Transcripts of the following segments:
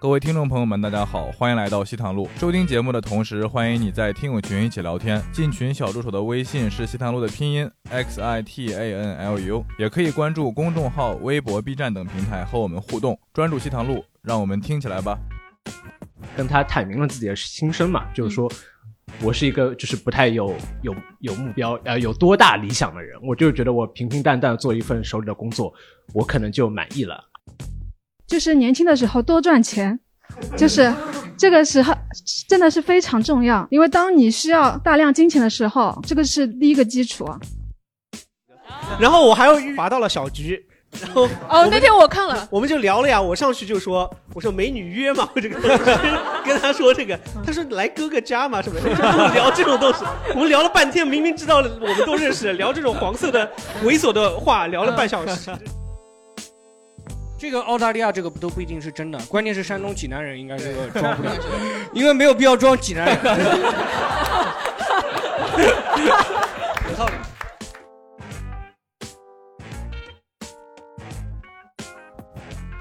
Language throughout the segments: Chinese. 各位听众朋友们，大家好，欢迎来到西塘路。收听节目的同时，欢迎你在听友群一起聊天。进群小助手的微信是西塘路的拼音 x i t a n l u，也可以关注公众号、微博、B 站等平台和我们互动。专注西塘路，让我们听起来吧。跟他坦明了自己的心声嘛，就是说我是一个就是不太有有有目标呃有多大理想的人，我就觉得我平平淡淡做一份手里的工作，我可能就满意了。就是年轻的时候多赚钱，就是这个时候真的是非常重要，因为当你需要大量金钱的时候，这个是第一个基础。啊 然后我还又遇罚到了小菊， 然后哦，那天我看了，我们就聊了呀。我上去就说，我说美女约 嘛，我就跟他跟他说这个，嗯他说来哥哥家嘛什么的，就跟我聊这种东西。 我们聊了半天，明明知道我们都认识，聊这种黄色的猥琐的话，聊了半小 时。这个澳大利亚这个都不一定是真的，关键是山东济南人应该这个装不了， 因为没有必要装济南人。有道理。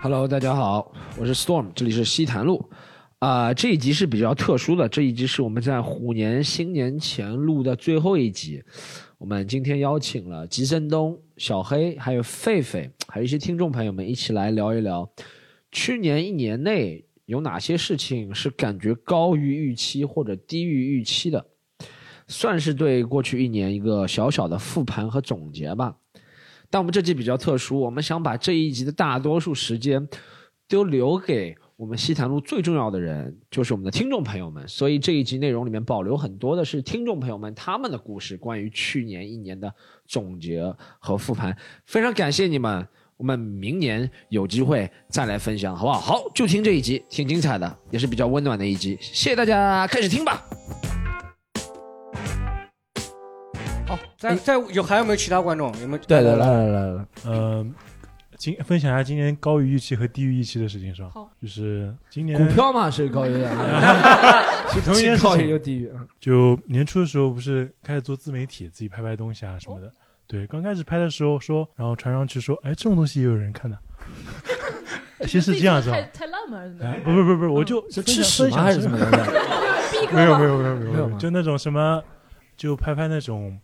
Hello，大家好，我是 Storm，这里是西坛路。啊、这一集是比较特殊的，这一集是我们在虎年新年前录的最后一集。我们今天邀请了吉森东、小黑，还有狒狒，还有一些听众朋友们一起来聊一聊，去年一年内有哪些事情是感觉高于预期或者低于预期的，算是对过去一年一个小小的复盘和总结吧。但我们这集比较特殊，我们想把这一集的大多数时间都留给我们西坛路最重要的人，就是我们的听众朋友们。所以这一集内容里面保留很多的是听众朋友们他们的故事，关于去年一年的总结和复盘。非常感谢你们，我们明年有机会再来分享，好不好？好，就听这一集，挺精彩的，也是比较温暖的一集。谢谢大家，开始听吧。好，在在有还有没有其他观众？有没有？对对，来来来来，嗯，今分享一下今年高于预期和低于预期的事情是吧？好，就是今年股 票嘛是高于预期是 同一件事高情于又低于嗯就年初的时候不是开始做自媒体，自己拍拍东西啊什哦么的。对，刚开始拍的时候说，然后传上去说，哎，这种东西也有人看 的。其实是这样子啊太，太烂了还是怎么哎样？不不不不，我就就分吃享屎分吗享还是这怎么个啊着的逼 格吗没有没有没有没没有有，吗就那种什么，就拍拍那种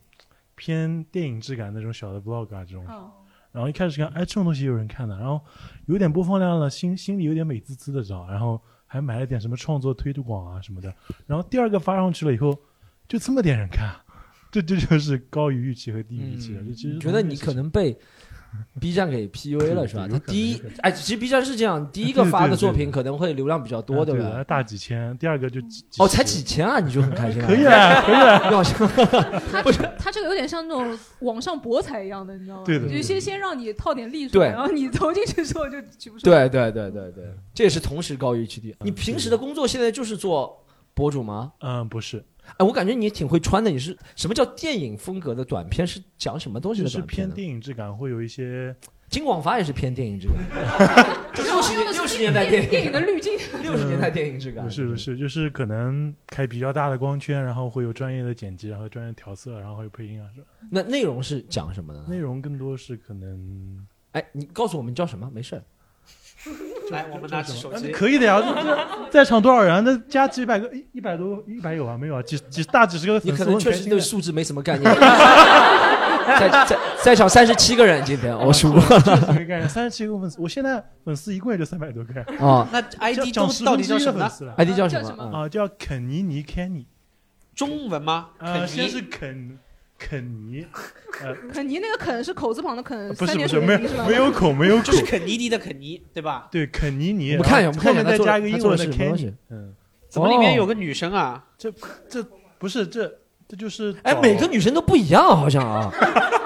偏电影质感那种小的 vlog 啊这种。哦然后一开始看，哎，这种东西有人看的，然后有点播放量了，心心里有点美滋滋的，知道吧？然后还买了点什么创作推广啊什么的。然后第二个发上去了以后，就这么点人看，啊 这这就是高于预期和低于预期的。就其实嗯你觉得你可能被 B 站给 PUA 了是吧？他第一，哎，其实 B 站是这样，第一个发的作品可能会流量比较多，啊对不的对？呃大几千，第二个就几哦，才几千啊，你就很开心啊？可以了，可以 了。要 笑他这个有点像那种网上博彩一样的，你知道吗？对的就是先先让你套点利出对来，然后你投进去之后就举不出来。对对对对对，这也是同时高于预期的。你平时的工作现在就是做博主吗？嗯，不是。哎，我感觉你挺会穿的。你是什么叫电影风格的短片？是讲什么东西就的是短偏片呢？电影质感，会有一些。金广发也是偏电影质感。六十年60年代电影电影的滤镜， 六十年嗯代电影质感不呃是不是，就是可能开比较大的光圈，然后会有专业的剪辑，然后专业调色，然后有配音啊什么。那内容是讲什么的？内容更多是可能，哎，你告诉我们叫什么？没事儿。来，我们拿起手啊机，可以的呀，这这在场多少人？啊那加几百个，一一百多，一百有啊？没有啊？几几大几十个你粉丝，可能我很确开实心啊对的数字没什么 概念。在在在场三十七个人，今天我数过。没概念， 三十七个粉丝，我现在粉丝一共也就三百多个呀。 哦那 ID 讲都讲十到分底之叫一的什么呢粉丝了 ID 叫什么叫什么啊，叫肯尼尼 Kenny。中文吗？呃，肯尼先是肯肯尼，呃， 肯尼那个肯是口字旁的肯，不三是点不是，水的没有尼是吧没有口没有 口就，是肯尼迪的肯尼，对吧？对肯尼尼。我们看一下，我们看然后后一下面再加一个他英做文了的什么东西 Kenny。。嗯， 怎么里面哦有个女生啊？这这不是这这就是哎，找每个女生都不一样，好像啊。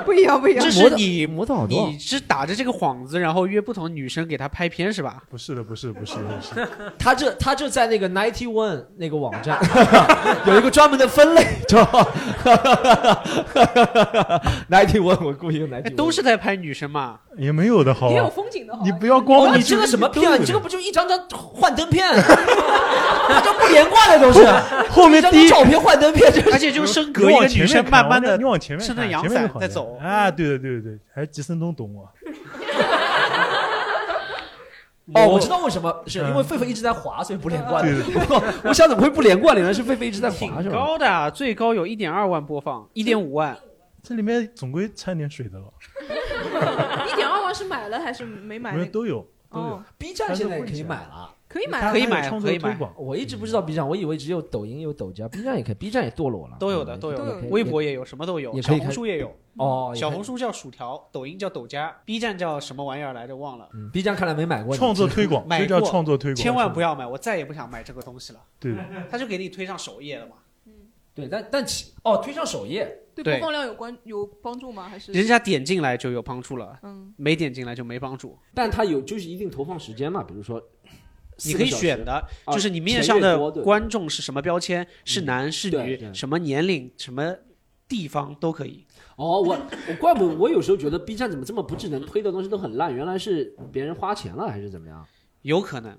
不一样不一样这，磨是的你磨的好多啊你是打着这个幌子，然后约不同女生给她拍片是吧？不是的，不是不是不 是，他这他这在那个 Ninety One 那个网 站有一个专门的分类，叫 Ninety One，我故意用 Ninety 都是在拍女生嘛？也没有的好啊也有吧？风景的好吧。你不要哦，光你这个什么片啊？都有你这个不就一张张幻灯 片？这都不连贯的都是，后 面一张张第一照片幻灯片，这而且就是升隔格一一个个女女生生，慢慢慢慢的，的你往前面看，撑着阳前面伞就好再看走啊！对对对对，还是吉森东懂我。 嗯哦，我知道为什么，是因为狒狒一直在滑，所以不连贯。 我我想怎么会不连贯连呢？是狒狒一直在滑是吧？高的啊最高有一点二万播放，一点五万。这里面总归掺点水的了，一点二万是买了还是没买没那有个？都有都有哦。 B 站现在也可以买啊了，可以买啊它了，它有创作可以买推广我一直不知道 B 站，我以为只有抖音有抖加，B 站也可以，B 站也堕落了。都有的，都有也的可以，微博也有，什么都有嗯也，可小以红书也有。哦，小红书书叫薯条，抖音叫抖加，B 站叫什么玩意儿来着？忘了。嗯，B 站看来没买过。创作推广，买这叫过创作推广，千万不要买，我再也不想买这个东西了。对的，他就给你推上首页了嘛。对，但但其哦，推上首页，嗯对对播放量有关有帮助吗？还是人家点进来就有帮助了，嗯，没点进来就没帮助。但它有就是一定投放时间嘛，比如说你可以选的。的，啊就是你面上的钱越多对嗯观众是什么标签，是男是对对女，什么年龄，什么地方都可以。哦，我我怪不，我有时候觉得 B 站怎么这么不智能，推的东西都很烂，原来是别人花钱了还是怎么样？有可能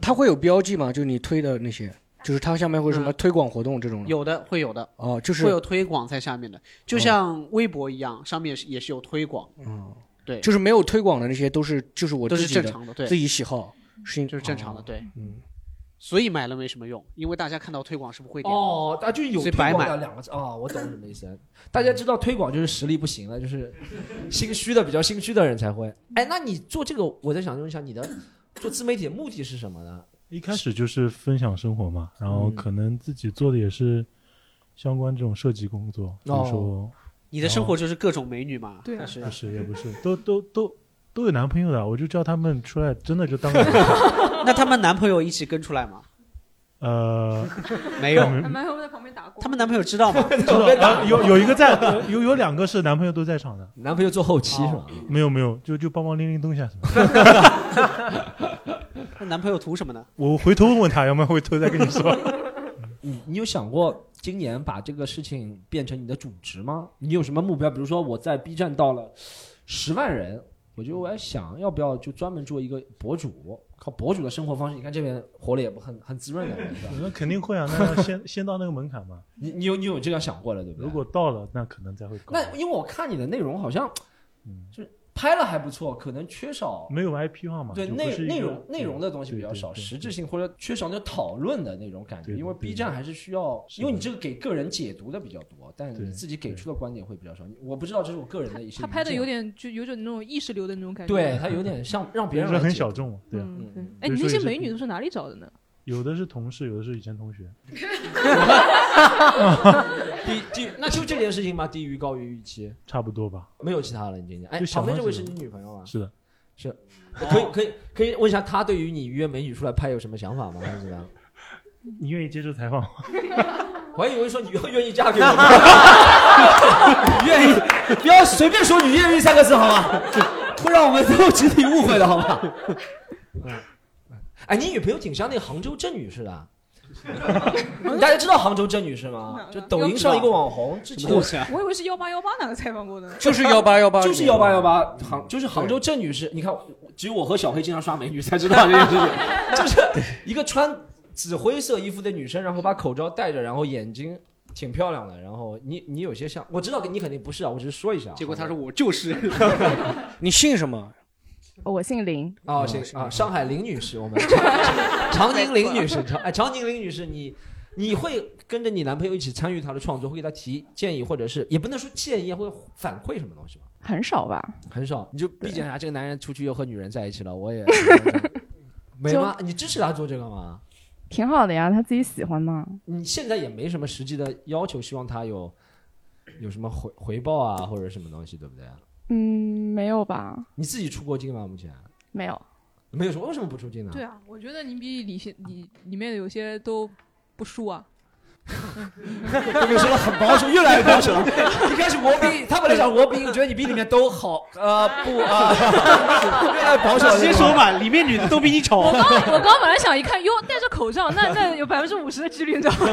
它会有标记吗？就是你推的那些，就是它下面会有什么推广活动这种嗯的？嗯有的会有的，哦，就会是有推广在下面的，嗯就像微博一样，上面是也是有推广，嗯对就是没有推广的那些都是就是我都自是己正的常的，对自，己喜好，是就是正常的，哦对。嗯，所以买了没什么用，因为大家看到推广是不会点的。哦，啊，就是有所推以白广买的两个字哦，我懂什么意思。大家知道推广就是实力不行了，就是心虚的比较心虚的人才会。哎，那你做这个，我在想问一下，你的做自媒体的目的是什么呢？一开始就是分享生活嘛，然嗯后可能自己做的也是相关这种设计工作，比哦如说 你的生活就是各种美女嘛？啊对但是不啊是也 不是，都都都都有男朋友的，我就叫他们出来，真的就当个那他们男朋友一起跟出来吗？ 呃，没有，还蛮会在旁边打光。他们男朋友知道吗？ 知道啊哎有有一 个在，有有两个是男朋友都在场 的，哦男朋友做后期是吧？没有没有，就就帮忙拎拎东西啊什么的。 那男朋友图什么呢？我回头问问他，要不然回头再跟你 说。你你有想过今年把这个事情变成你的主职吗？你有什么目标？比如说我在 B 站到了十万人，我觉得我要想要不要就专门做一个博主，靠博主的生活方式。你看这边活的也不很很 滋润的，是吧那肯定会啊，那要先先到那个门槛嘛。你你有你有这样想过了对不对？如果到了，那可能才会搞。嗯那因为我看你的内容好像，就是拍了还不错，可能缺少没有 IP 化嘛，对就不内是一内个容内容的东西比较少，对对对实质性或者缺少那种讨论的那种感觉。对的因为对的 B 站还是需要，是的因为你这个给个人解读的比较多，但对你自己给对出的观点会比较少。你我不知道这是我个人的一些啊他拍的意见有点就有种那种意识流的那种感觉。对他有点像让别别人人来说很解读小众嘛，对啊，嗯，嗯对哎，比如说你那些也是美女都是哪里找的呢？有的是同事，有的是以前同学，低低，那就这件事情嘛，低于高于预期，差不多吧。没有其他了。你今天哎就，旁想到边这位这是个你女朋友吗？是的，可以可以可以问一下她对于你约美女出来拍有什么想法吗？还是怎么样？ 你愿意接受采访吗？ 我还以为说你愿愿意嫁给我们， 愿意，不要随便说“你愿意”三个字，好吗？ 会让我们都集体误会的，好吗？嗯，哎，你女朋友挺像那个杭州郑女士的。啊 大家知道杭州郑女士吗？哦就抖音上一个网红，之前什么东西啊？哦我以为是幺八幺八哪个采访过的呢。就是幺八幺八，就是幺八幺八杭，就是杭州郑女士。你看，只有我和小黑经常刷美女才知道这个事 情，就是一个穿紫灰色衣服的女生，然后把口罩戴着，然后眼睛挺漂亮的。然后你你有些像，我知道你肯定不是啊，我只是说一下。结果他说我 就是，你姓什么？我姓林，哦，行啊，上海林女士，我 们长长宁林女士，长哎长宁林女士，你你会跟着你男朋友一起参与他的创作，会给他提建议，或者是也不能说建议，会反馈什么东西吗？很少吧？很少，你就对毕竟啊，这个男人出去又和女人在一起了，我 也没吗？你支持他做这个吗？挺好的呀，他自己喜欢嘛。你现在也没什么实际的要求，希望他有有什么回回报啊，或者什么东西，对不对？啊嗯，没有吧？你自己出过境吗？目前没有。没有说为什么不出境呢？对啊，我觉得你比李现你里面有些都不输啊。这个说的很保守，越来越保守了。一开始我比他本来想我比，觉得你比里面都好，呃不啊，越来越保守了。直接说吧，里面女的都比你我丑。刚我刚本来想一看，哟，戴着口罩，那那有百分之五十的几率，你知道吗？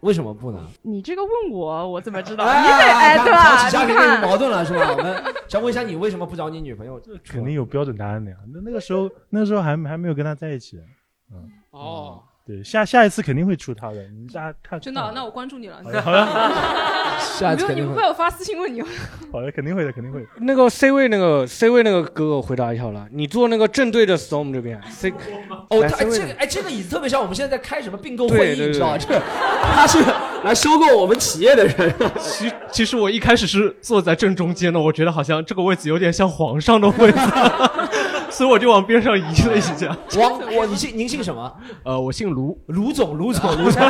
为什么不呢？你这个问我，我怎么知道？哎你得哎，对挑吧？起家庭你内部看，矛盾了是吧？我们想问一下，你为什么不找你女朋友？肯定有标准答案的呀。那那个时候，那时候还没还没有跟他在一起，哦，对，下下一次肯定会出他的，你大家看真的啊，那我关注你了。好的好的你不用你不会有发私信问你吗？好的，肯定会的，肯定会。那个 C 位那个 C 位那个哥哥回答一下好了，你坐那个正对着 Storm 这边，C 哦，来他哎 C 位这个哎，这个椅子特别像我们现在在开什么并购会对议，对你知道吧？对这个他是 来收购我们企业的人。其其实我一开始是坐在正中间的，我觉得好像这个位置有点像皇上的 位置，所以我就往边上移了一下。王，我你姓您姓什么？呃，我姓卢，卢总，卢总，卢总，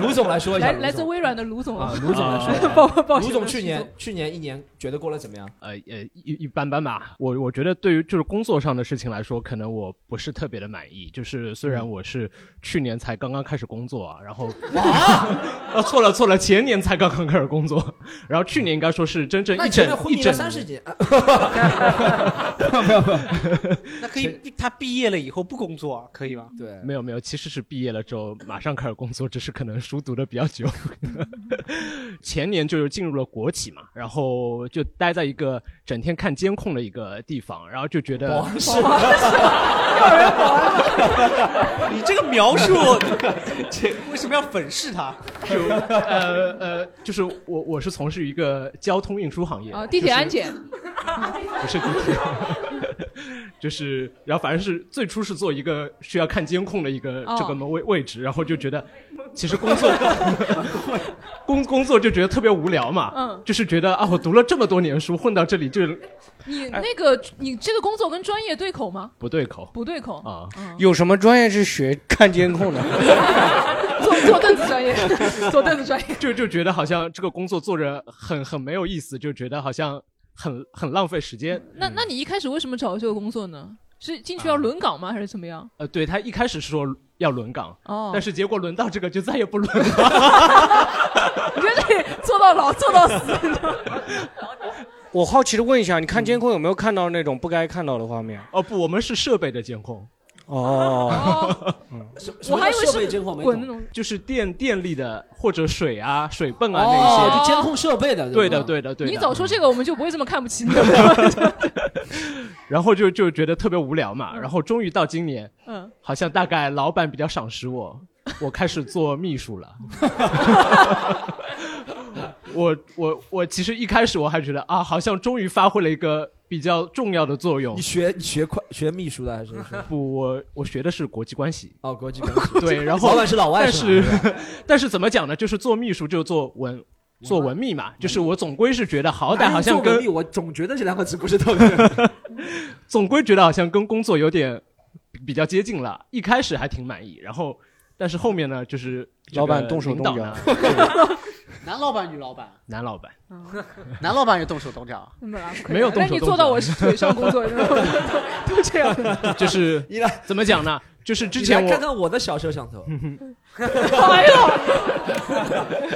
卢总来说一下。来来自微软的卢总啊啊，，卢总来说一下，抱抱卢歉总对不去起年去年一年觉得过得怎么样？呃呃，一一般般吧。我我觉得对于就是工作上的事情来说，可能我不是特别的满意。就是虽嗯然我是去年才刚刚开始工作啊，然后 啊错了错了，前年才刚刚开始工作，然后去年应该说是真正那一你前面整昏一迷了整三十几，啊 那可以，他毕业了以后不工作啊可以吗？对，没有没有，其实是毕业了之后马上开始工作，只是可能书读的比较久。前年就是进入了国企嘛，然后就待在一个整天看监控的一个地方，然后就觉得保 安室 啊你这个描 述，这为什么要粉饰他？就呃呃，就是我我是从事一个交通运输行业啊，地铁安检，不是地 铁， 就是然后反正是最初是做一个需要看监控的一个哦这个位位置，然后就觉得其实工作 工工作就觉得特别无聊嘛，嗯就是觉得啊我读了这么多年书混到这里就是你哎那个你这个工作跟专业对口吗？不对口不对口，嗯啊，有什么专业是学 看监控的？坐坐凳子专 业，坐凳子专业。 就就觉得好像这个工作做着很很没有意思，就觉得好像很很浪费时间。那那你一开始为什么找这个工作呢？是进啊去要轮岗吗？还是怎么样？呃，对他一开始是说要轮岗，哦但是结果轮到这个就再也不轮了。你觉得这里做到老做到死？我好奇的问一下，你看监控有没有看到那种不该看到的画面？哦不，我们是设备的监控，哦， 我还以为什么叫设备是监控没滚那懂种就是电电力的或者水啊、水泵啊、那哦，就一些。监控设备的，对的，吧，对的，对的。你早说这个，我们就不会这么看不起你了。然后就就觉得特别无聊嘛，然后终于到今年，嗯，好像大概老板比较赏识 我，我开始做秘书了。我我我其实一开始我还觉得啊，好像终于发挥了一个比较重要的作用你。学你学会学秘书的还是什么？不，我我学的是国际关系。哦，国际关 系。对，然后老板是老外但是是吧 但是怎么讲呢？就是做秘书就做文做文秘嘛，就是我总归是觉得好歹好像做文跟秘我总觉得这两个字不是特别。 总归觉得好像跟工作有点比比较接近了。一开始还挺满意，然后但是后面呢，就是老板动手动脚这个领导呢， 男老板、女老板，男老板嗯男老板也动手动啊脚，怎么了？可以啊没有动手那动脚啊你坐到我腿上工作， 都都这样的。 就是你来，怎么讲呢？ 就是之你前来我看嗯看我的小摄像头。哎呦，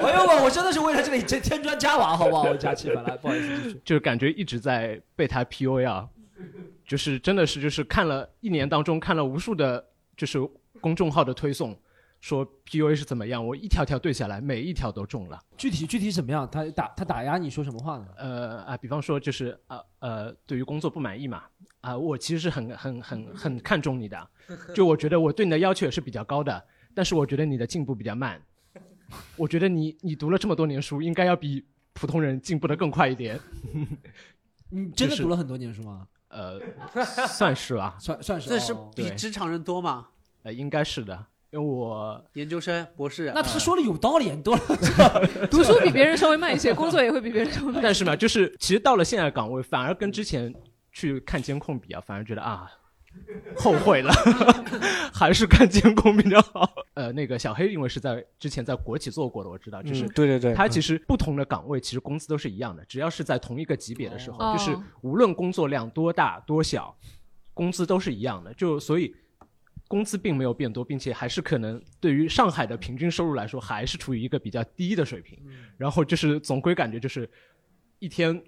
哎呦我，我真的是为了这里添添砖加瓦，好不好？我加气本来不好意思继 续。就是感觉一直在被他 PUA 啊，就是真的是就是看了一年当中看了无数的，就是公众号的推送。说 PUA 是怎么样？我一条条对下来，每一条都中了。具体具体怎么样？他打他打压你说什么话呢？呃啊，比方说就是啊呃，对于工作不满意嘛啊，我其实是很很很很看重你的，啊 就我觉得我对你的要求也是比较高的，但是我觉得你的进步比较慢，我觉得你你读了这么多年书，应该要比普通人进步的更快一点，你 真就的是读了很多年书吗？呃，算是吧， 算算是。这是哦比对职场人多 嘛？呃，应该是的，因为我研究生、博士，啊那他说的有道理，啊 你多了。读书比别人稍微慢一些，工作也会比别人稍 微慢。但是嘛，就是其实到了现在的岗位，反而跟之前去看监控比较，反而觉得啊，后悔了， 还是看监控比较好。呃，那个小黑因为是在之前在国企做过的，我知道，就是、嗯对对对，他其实不同的岗位，其实工资都是一样的，只要是在同一个级别的时候，哦就是无论工作量多大多小，工资都是一样的。就所以工资并没有变多，并且还是可能对于上海的平均收入来说，还是处于一个比较低的水平。嗯然后就是总归感觉就是一天，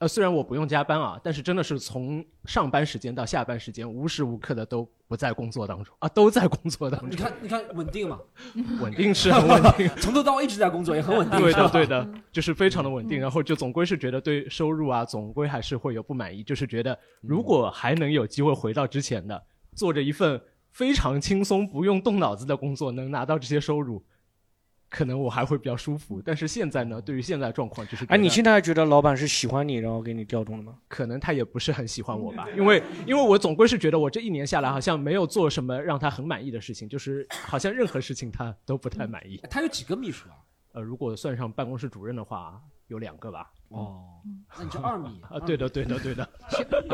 呃，虽然我不用加班啊，但是真的是从上班时间到下班时间，无时无刻的都不在工作当中啊，都在工作当你中，看你看稳定嘛， 稳定是很稳 定。从头到尾一直在工作，也很稳定。对是吧嗯的，对的，就是非常的稳定。然后就总归是觉得对收入啊，总归嗯还是会有不满意，就是觉得如果还能有机会回到之前的，做着一份非常轻松、不用动脑子的工作，能拿到这些收入，可能我还会比较舒服。但是现在呢，对于现在状况，就是哎，你现现在觉得老板是喜欢你，然后给你调动的吗？可能他也不是很喜欢我吧， 因为因为我总归是觉得我这一年下来好像没有做什么让他很满意的事情，就是好像任何事情他都不太满意。他有几个秘书啊？呃，如果算上办公室主任的话，有两个吧。哦，那你就二米啊，对的，对的，对的。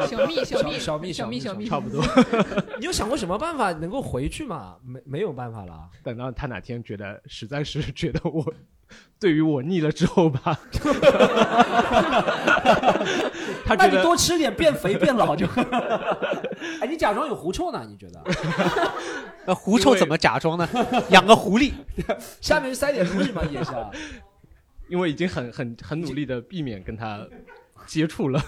小蜜小蜜小小蜜小蜜小蜜差不多。 你有想过什么办法能够回去嘛？没没有办法了。啊等到他哪天觉得实在是觉得我对于我腻了之后 吧， 他那觉你得多吃点，变肥变老 就。哎，你假装有狐臭呢？你觉得？呃，狐臭怎么假装呢？养个狐狸， 下面塞点东西吗？也是啊。 因为已经很很很努力的避免跟他接触了。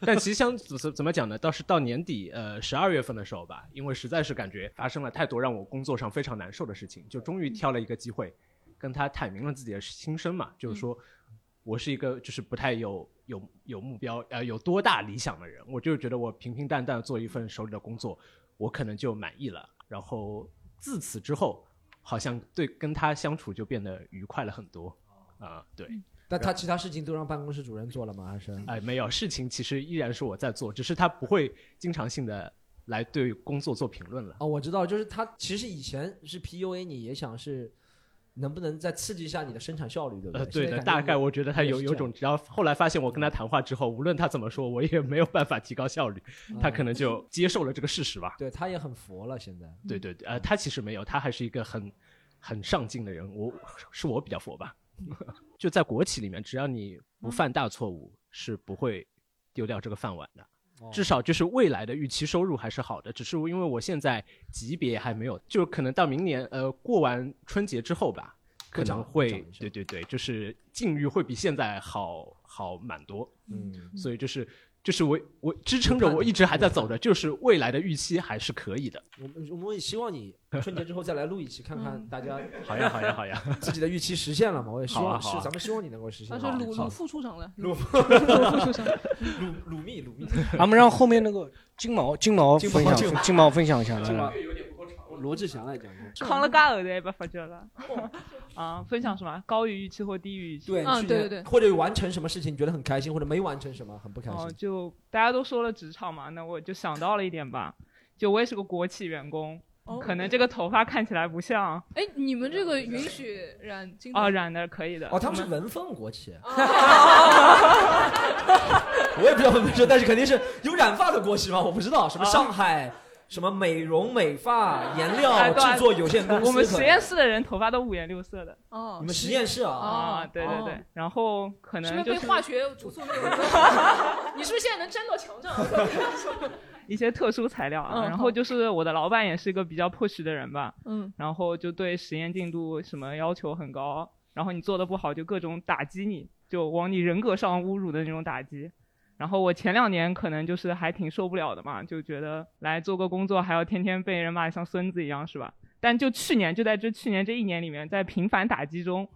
但其实相怎怎么讲呢？倒是到年底，呃，十二月份的时候吧，因为实在是感觉发生了太多让我工作上非常难受的事情，就终于挑了一个机会，跟他阐明了自己的心声嘛，就是说我是一个就是不太有有有目标，呃，有多大理想的人，我就觉得我平平淡淡做一份手里的工作，我可能就满意了。然后自此之后，好像对跟他相处就变得愉快了很多。哦啊、对，那他其他事情都让办公室主任做了吗？还是？哎，没有事情，其实依然是我在做，只是他不会经常性的来对工作做评论了。哦，我知道，就是他其实以前是 PUA 你，也想是能不能再刺激一下你的生产效率，对不呃，对对现在的，感大概我觉得他也有是有这样嗯种，只要后来发现我跟他谈话之后，无论他怎么说，我也没有办法提高效率， 他可能就接受了这个事实吧。嗯对，他也很佛了，现在。嗯对对对，呃，他其实没有，他还是一个很很上进的人。我是我比较佛吧，就在国企里面，只要你嗯不犯大错误，是不会丢掉这个饭碗的。哦至 少就是未来的预期收入还是好的，只是因为我现在级别还没有，就是可能到明年呃过完春节之后吧，可会涨能会对对对，就是境遇会比现在好好蛮多。嗯，所以就是就是我我支撑着我一直还在走的，就是未来的预期还是可以的。我们我们也希望你春节之后再来录一期，看嗯看大家。好呀好呀好呀， 自己的预期实现了嘛？我也希好啊望好是啊，咱们希望你能够实现。他说鲁好鲁副出场了，鲁副鲁副出场，鲁鲁密鲁密， 咱们让后面那个金毛金毛金分毛享金毛金毛分享一下来金毛来。罗志祥来讲。扛了嘎尔的吧，发觉了。 啊，分享什么？高于预期或低于预期？哦对，去嗯，对对年对。或者完成什么事情你觉得很开心，或者没完成什么很不开哦，心。就大家都说了职场嘛，那我就想到了一点吧。就我也是个国企员工，哦可能这个头发看起来不像哎，你们这个允许染金啊，染的可以的。嗯哦，他们我是文凤国企。哦 我也不知道会不会说，但是肯定是有染发的国企吗？我不知道什啊么上海。什么美容美发颜哎料对啊制作有限公司可能？ 我们实验室的人头发都五颜六色的。哦你们实验室啊啊，对对对哦。然后可是能不就是被是化学毒素那个？ 你是不是现在能粘到墙上？啊一些特殊材料啊。嗯然后就是我的老板也是一个比较 push 的人吧，嗯然后就对实验进度什么要求很高，然后你做的不好就各种打击你，就往你人格上侮辱的那种打击。然后我前两年可能就是还挺受不了的嘛，就觉得来做个工作还要天天被人骂得像孙子一样，是吧？但就去年，就在这去年这一年里面，在频繁打击中，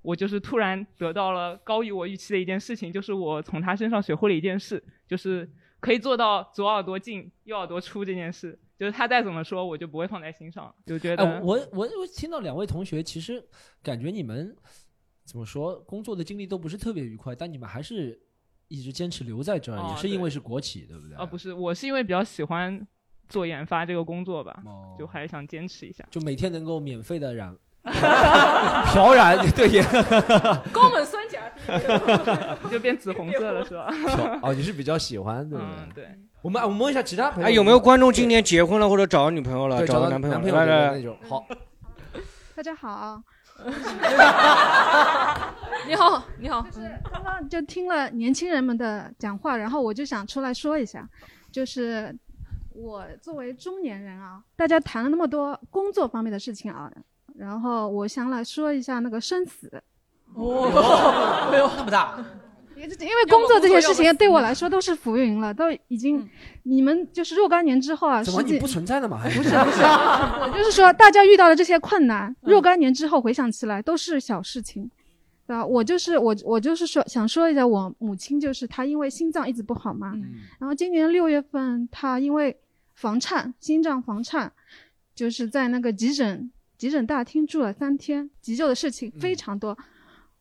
我就是突然得到了高于我预期的一件事情，就是我从他身上学会了一件事，就是可以做到左耳朵进右耳朵出这件事，就是他再怎么说，我就不会放在心上，就觉得、哎，我我我听到两位同学，其实感觉你们怎么说，工作的经历都不是特别愉快，但你们还是一直坚持留在这儿，哦也是因为是国企，对 不对？啊不是，我是因为比较喜欢做研发这个工作吧，就还是想坚持一下。就每天能够免费 的染漂染， 对也。高锰酸钾， 就变紫红色了是吧？哦，你是比较喜欢，对不对？嗯对。我们我们问一下其他朋友，嗯哎，有没有观众今年结婚了或者找到女朋友了，对到找到男朋友了男朋友来的来那种好， 大 家好， 你好，你好，刚刚就听了年轻人们的讲话，然后我就想出来说一下，就是我作为中年人啊，大家谈了那么多工作方面的事情啊，然后我想来说一下那个生死。哦哎呦，那么 大，因为工作这件事情啊对我来说都是浮云了，都已经，你们就是若干年之后啊，怎么实际你不存在了吗？还不是不是，我就是说，大家遇到的这些困难，若干年之后回想起来都是小事情，对吧？我就是我，我就是说想说一下，嗯我母亲就是她因为心脏一直不好嘛，然后今年六月份她因为房颤，心脏房颤，就是在那个急诊急诊大厅住了三天，急救的事情嗯非常多，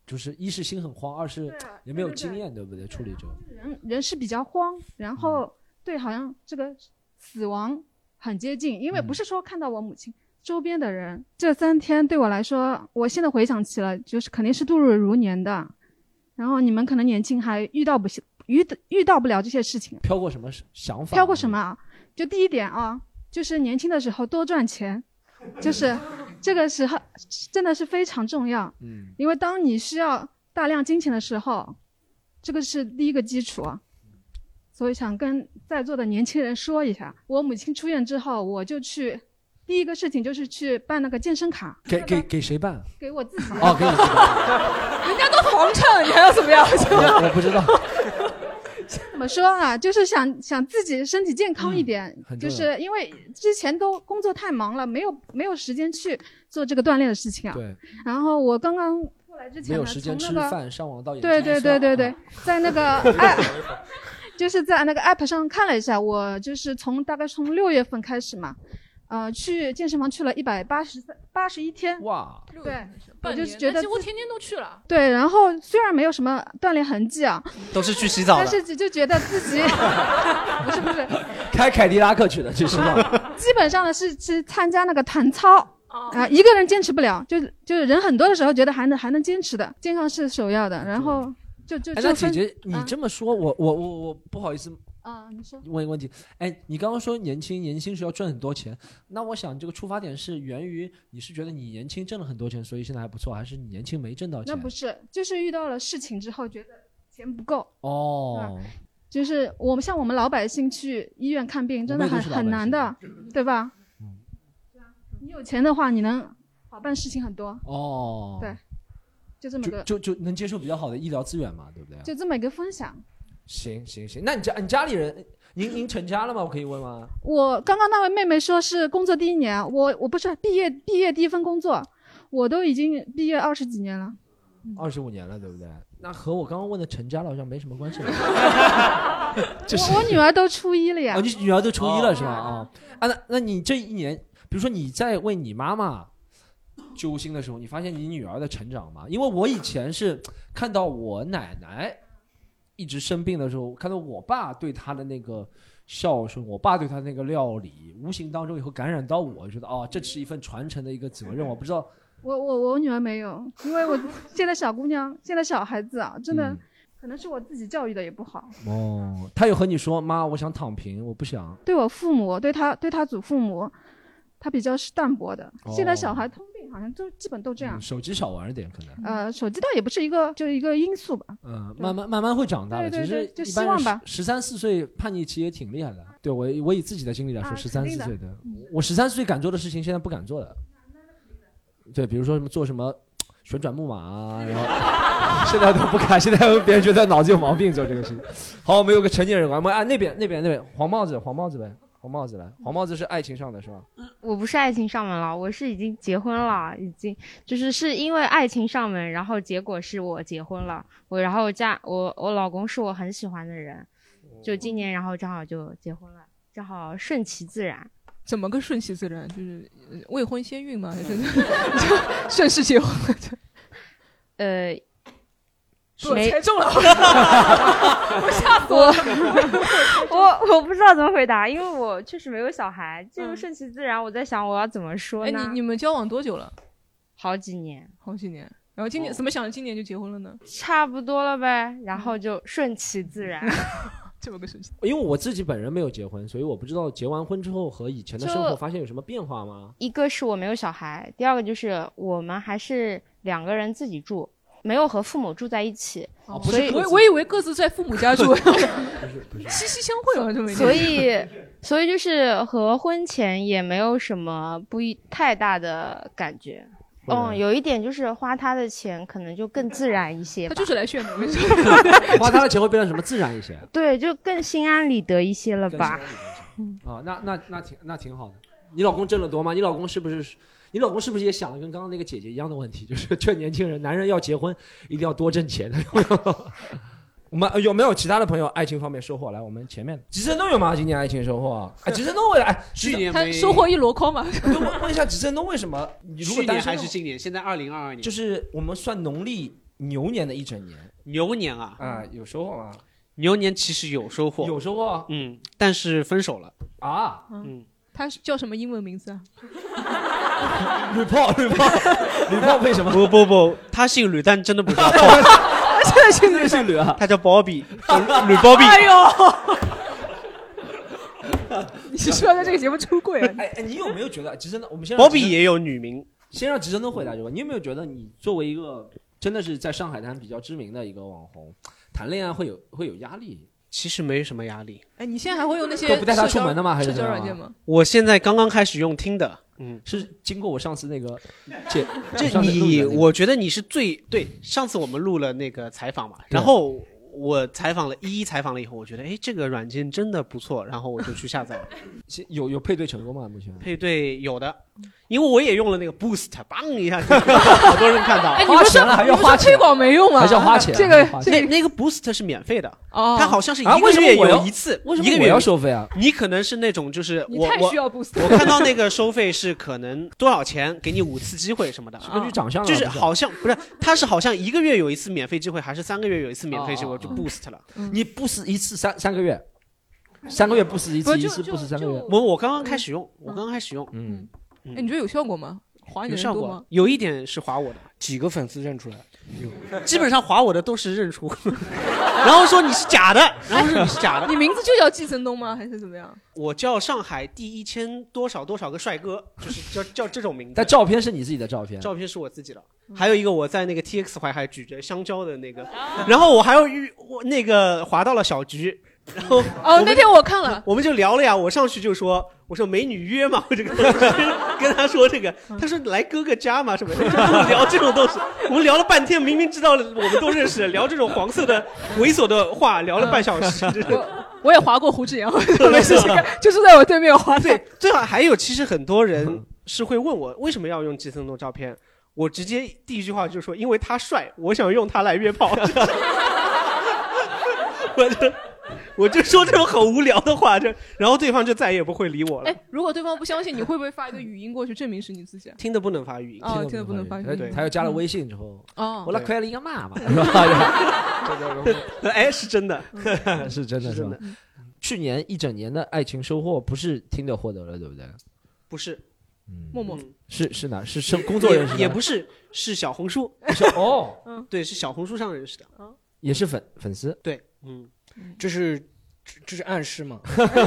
就是一是心很慌，二是啊也没有经验，对不对？处理这个，人人是比较慌，然后、对，好像这个死亡很接近，因为不是说看到我母亲。周边的人，这三天对我来说，我现在回想起来，就是肯定是度日如年的。然后你们可能年轻还遇到不遇遇到不了这些事情，飘过什么想法？飘过什么啊？就第一点啊，就是年轻的时候多赚钱， 就是这个时候真的是非常重要。嗯，因为当你需要大量金钱的时候，这个是第一个基础啊。所以想跟在座的年轻人说一下，我母亲出院之后，我就去第一个事情就是去办那个健身卡，给给给 谁办？给我自己。哦， 给你自己办。人家都房颤，你还要怎么样？我我不知道。怎么说啊？就是想想自己身体健康一点，嗯很重就要是因为之前都工作太忙了，没有没有时间去做这个锻炼的事情啊。对。然后我刚刚过来之前没呢，有时间从吃那个饭，上网到眼对睛对一对酸对 对，在那个 app，就是在那个 app 上看了一下，我就是从大概从六月份开始嘛，呃，去健身房去了一百八十八十一天。哇！对，我半就年是觉那得几乎自天天都去了。对，然后虽然没有什么锻炼痕迹啊，都是去洗澡但的。是就就觉得自 己不是不是，开凯迪拉克去的，这 是吗？基本上呢是是参加那个团操啊、一个人坚持不了，就是就是人很多的时候觉得还能还能坚持的，健康是首要的，然后就就嗯 哎，就那姐分嗯姐，你这么说，我我我我不好意思啊，你说问一个问题，哎，你刚刚说年轻，年轻时要赚很多钱，那我想这个出发点是源于你是觉得你年轻挣了很多钱，所以现在还不错，还是你年轻没挣到那钱？不是，就是遇到了事情之后觉得钱不够，哦，就是我们像我们老百姓去医院看病真的我们很也都是很难的，嗯对吧？你有钱的话，你能好办事情很多，哦，对，就这么就个就就能接受比较好的医疗资源嘛，对不啊对？就这么一个分享。行行行，那你家你家里人，您您成家了吗？我可以问吗？我刚刚那位妹妹说是工作第一年，我我不是毕业毕业第一份工作，我都已经毕业二十几年了。二十五年了，对不对？那和我刚刚问的成家了好像没什么关系了。 就是我我女儿都初一了呀哦，。你女儿都初一了、是吧？哦，啊，那那你这一年，比如说你在为你妈妈揪心的时候，你发现你女儿的成长吗？因为我以前是看到我奶奶一直生病的时候，看到我爸对她的那个孝顺，我爸对她那个料理，无形当中以后感染到我，觉得哦，这是一份传承的一个责任。我不知道我我我女儿没有，因为我现在小姑娘， 现在小孩子啊，真嗯的、可能是我自己教育的也不好。哦，她有和你说妈，我想躺平，我不想。对我父母，对她对她祖父母，她比较是淡薄的。哦现在小孩通病好像都基本都这样。手机少玩一点，可能，呃，手机倒也不是一个就是一个因素吧。嗯，慢慢慢慢会长大的。对对对其就实一希般望人吧十三四岁叛逆期也挺厉害的。对我，我以自己的经历来说，啊十三四肯定的岁的嗯，我十三岁敢做的事情，现在不敢做了。对，比如说什么做什么旋转木马啊，然 后现在都不敢，现在别人觉得脑子有毛病做这个事情。好，我们有个成年人，我们按那边那边那边黄帽子黄帽子呗，黄帽子来，黄帽子是爱情上的是吧？我不是爱情上门了，我是已经结婚了，已经就是是因为爱情上门，然后结果是我结婚了，我然后嫁我我老公是我很喜欢的人，就今年然后正好就结婚了，正好顺其自然。怎么个顺其自然？就是呃未婚先孕吗？还是 就顺势结婚？ 呃，不没猜 中了 我吓死我了我我我不知道怎么回答，因为我确实没有小孩，这个顺其自然，我在想我要怎么说嗯哎，呢？你你们交往多久了？好几年，好几年。然后今年、怎么想着今年就结婚了呢？差不多了呗，然后就顺其自然。嗯 这么个顺其。因为我自己本人没有结婚，所以我不知道结完婚之后和以前的就生活发现有什么变化吗？一个是我没有小孩，第二个就是我们还是两个人自己住，没有和父母住在一起，哦不所以是我我以为各自在父母家住， 息息相会嘛，这么一点所以 所以就是和婚前也没有什么不一太大的感觉。嗯，有一点就是花他的钱可能就更自然一些吧，他就是来炫的，我跟 你说。 花他的钱会变得什么自然一些啊对，就更心安理得一些了更吧心安理。啊？那那那挺那挺好的。你老公挣得多吗？你老公是不是？你老公是不是也想的跟刚刚那个姐姐一样的问题，就是劝年轻人，男人要结婚一定要多挣钱？我们有没有其他的朋友爱情方面收获？来，我们前面吉森东有吗？今年爱情收获？哎， 吉森东为哎，去年他收获一箩筐嘛。问问一下吉森东为什么？你如果去单年身还的是话今年？现在二零二二年，就是我们算农历牛年的一整年牛年啊啊，有收获吗？牛年其实有收获，有收获，嗯，但是分手了，啊，嗯，他是叫什么英文名字啊？ 吕炮，吕炮，吕炮为什么？不不不，他姓吕，但真的不是 这现在姓吕啊，他叫包 比，吕包比。哎呦， 你是说在这个节目出柜啊？哎哎，你有没有觉得吉森东？我们先让包吉比森也有女名，先让吉森东回答这个问题。你有没有觉得你作为一个真的是在上海滩比较知名的一个网红，谈恋爱会有会有压力？其实没什么压力。哎，你现在还会用那些可不带他社交出门的吗还是社交怎么软样件啊吗？我现在刚刚开始用听的，嗯，是经过我上次那个，这这你，我觉得你是最对。上次我们录了那个采访嘛，然后我采访了一一采访了以后，我觉得哎，这个软件真的不错，然后我就去下载 了。有有配对成功吗？目前配对有的，因为我也用了那个 Boost，bang 一 下，好多人看到。哎，你不是你不是推广没用吗？这个这那个那个 Boost 是免费的，哦它好像是一啊为个什么月我要有一次，为什么一个我月要有收费啊？你可能是那种就是你我太我需要 Boost 我看到那个收费是可能多少钱给你五次机会什么的，啊根据长相的就还是是怎么好像不是，它是好像一个月有一次免费机会，还是三个月有一次免费机会就 Boost 了。哦嗯你不死一次三三个月，三个月不死一不次，就一次不死三个月。我我刚刚开始用，我刚刚开始用，嗯，哎，你觉得有效果吗？划你有的人效多果吗？，有一点是划我的，几个粉丝认出来？ 基本上划我的都是认出， 然后说你是假的，然后说你是假的 你。名字就叫季承东吗？还是怎么样？我叫上海第一千多少多少个帅哥，就是叫叫这种名字。但照片是你自己的照片，照片是我自己的，嗯还有一个我在那个 T X 怀还举着香蕉的那个，然后我还有遇我那个滑到了小菊，然后哦，那天我我看了们，我们就聊了呀，我上去就说我说美女约嘛，我 这个跟他说这个，他说来哥哥家嘛什么的， 就聊这种东西，我们聊了半天，明明知道我们都认识，聊这种黄色的猥琐的话聊了半小时， 真是。我也划过胡志阳，没事，这个就是在我对面划对，最好还有，其实很多嗯人是会问我为什么要用寄生虫照片，我直接第一句话就说，因为他帅，我想用他来约炮。 我就我就说这种很无聊的话，这然后对方就再也不会理我了。哎，如果对方不相信，你会不会发一个语音过去证明是你自己啊？听的不能发语音，哦听得不能发语音哎他对他又加了微信之后，哦我来亏了一个妈妈， 哎，是真的，是真的， 是嗯是真吧的，？去年一整年的爱情收获不是听的获得了，对不对？不是默默是是哪？嗯是是工作认识的，也不是，是小红书。 哦，嗯对，是小红书上认识的。哦也是粉粉丝。对，嗯，这是这这是暗示吗？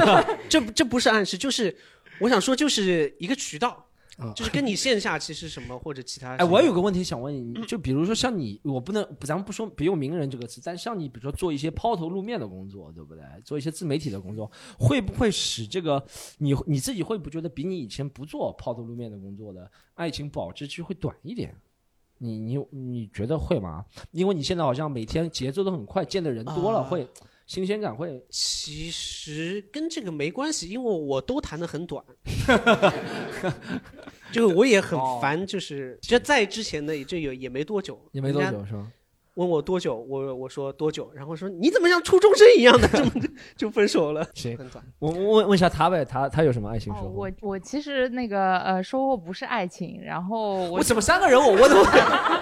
这不这不是暗示，就是我想说，就是一个渠道啊，就是跟你线下其实什么或者其他。哎，我有个问题想问嗯你，就比如说像你，我不能，咱们不说别用名人这个词，但像你，比如说做一些抛头露面的工作，对不对？做一些自媒体的工作，会不会使这个你你自己会不会觉得比你以前不做抛头露面的工作的爱情保质期会短一点？你你你觉得会吗？因为你现在好像每天节奏都很快，见的人多了啊会新鲜感会其实跟这个没关系，因为我都谈的很 短，就我也很烦，就是这在之前的这有也没多久，也没多人久家是吧？问我多久，我我说多久，然后说你怎么像初中生一样的，这么就分手 了，谁很短。我我问问一下他呗，他他有什么爱情收获？我我其实那个呃收获不是爱情，然后我我怎么三个人我我怎么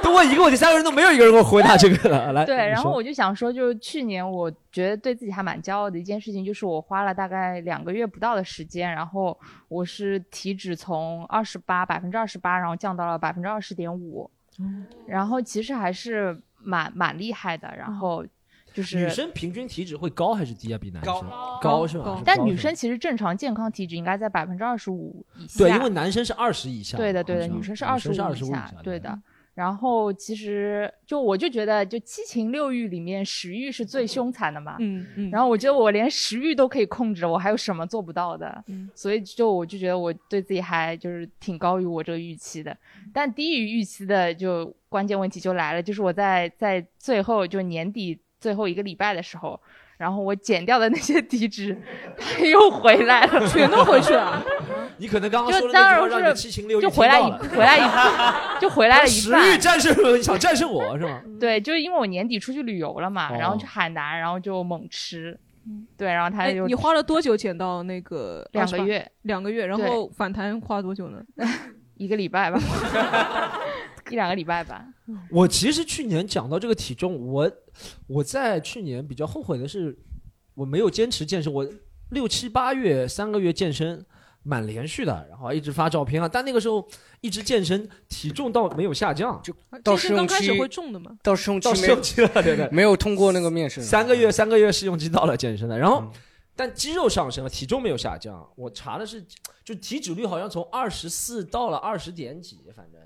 都问一个问题，三个人都没有一个人给我回答这个了。来，对，你然后说我就想说，就是去年我觉得对自己还蛮骄傲的一件事情，就是我花了大概两个月不到的时间，然后我是体脂从二十八百分之二十八，然后降到了百分之二十点哦五，然后其实还是蛮蛮厉害的，然后就是女生平均体脂会高还是低啊？比男生高是吧？是但高女是吧生其实正常健康体脂应该在百分之二十五以下。对，因为男生是二十以下嘛，对的，对好的，像女生是女二生十是五二以十五下，对的。然后其实就我就觉得，就七情六欲里面，食欲是最凶残的嘛。嗯嗯然后我觉得我连食欲都可以控制，我还有什么做不到的？嗯所以就我就觉得我对自己还就是挺高于我这个预期的，但低于预期的就关键问题就来了，就是我在在最后就年底最后一个礼拜的时候， 然后我减掉的那些体脂，它又回来了，啊 全都回去了。你可能刚刚说就的那当句话然让你是七情六欲就回来一听到了回来 一就回来了一食半欲战胜了，你想战胜我是吗？嗯对，就是因为我年底出去旅游了嘛，然后去海南，然后就猛吃，对，然后他哎就，你花了多久减到那个 两28个月两个月，然对后反弹花多久呢？ 一个礼拜吧， 一两个礼拜吧。我其实去年讲到这个体重，我我在去年比较后悔的是，我没有坚持健身。我六七八月三个月健身，蛮连续的，然后一直发照片啊。但那个时候一直健身，体重倒没有下降，就到啊健身试用刚开始期会重的嘛到试用期到没试用期了，对对，没有通过那个面试三个月三个月试用期到了健身的，然后。但肌肉上升了，体重没有下降。我查的是，就体脂率好像从二十四到了二十点几，反正，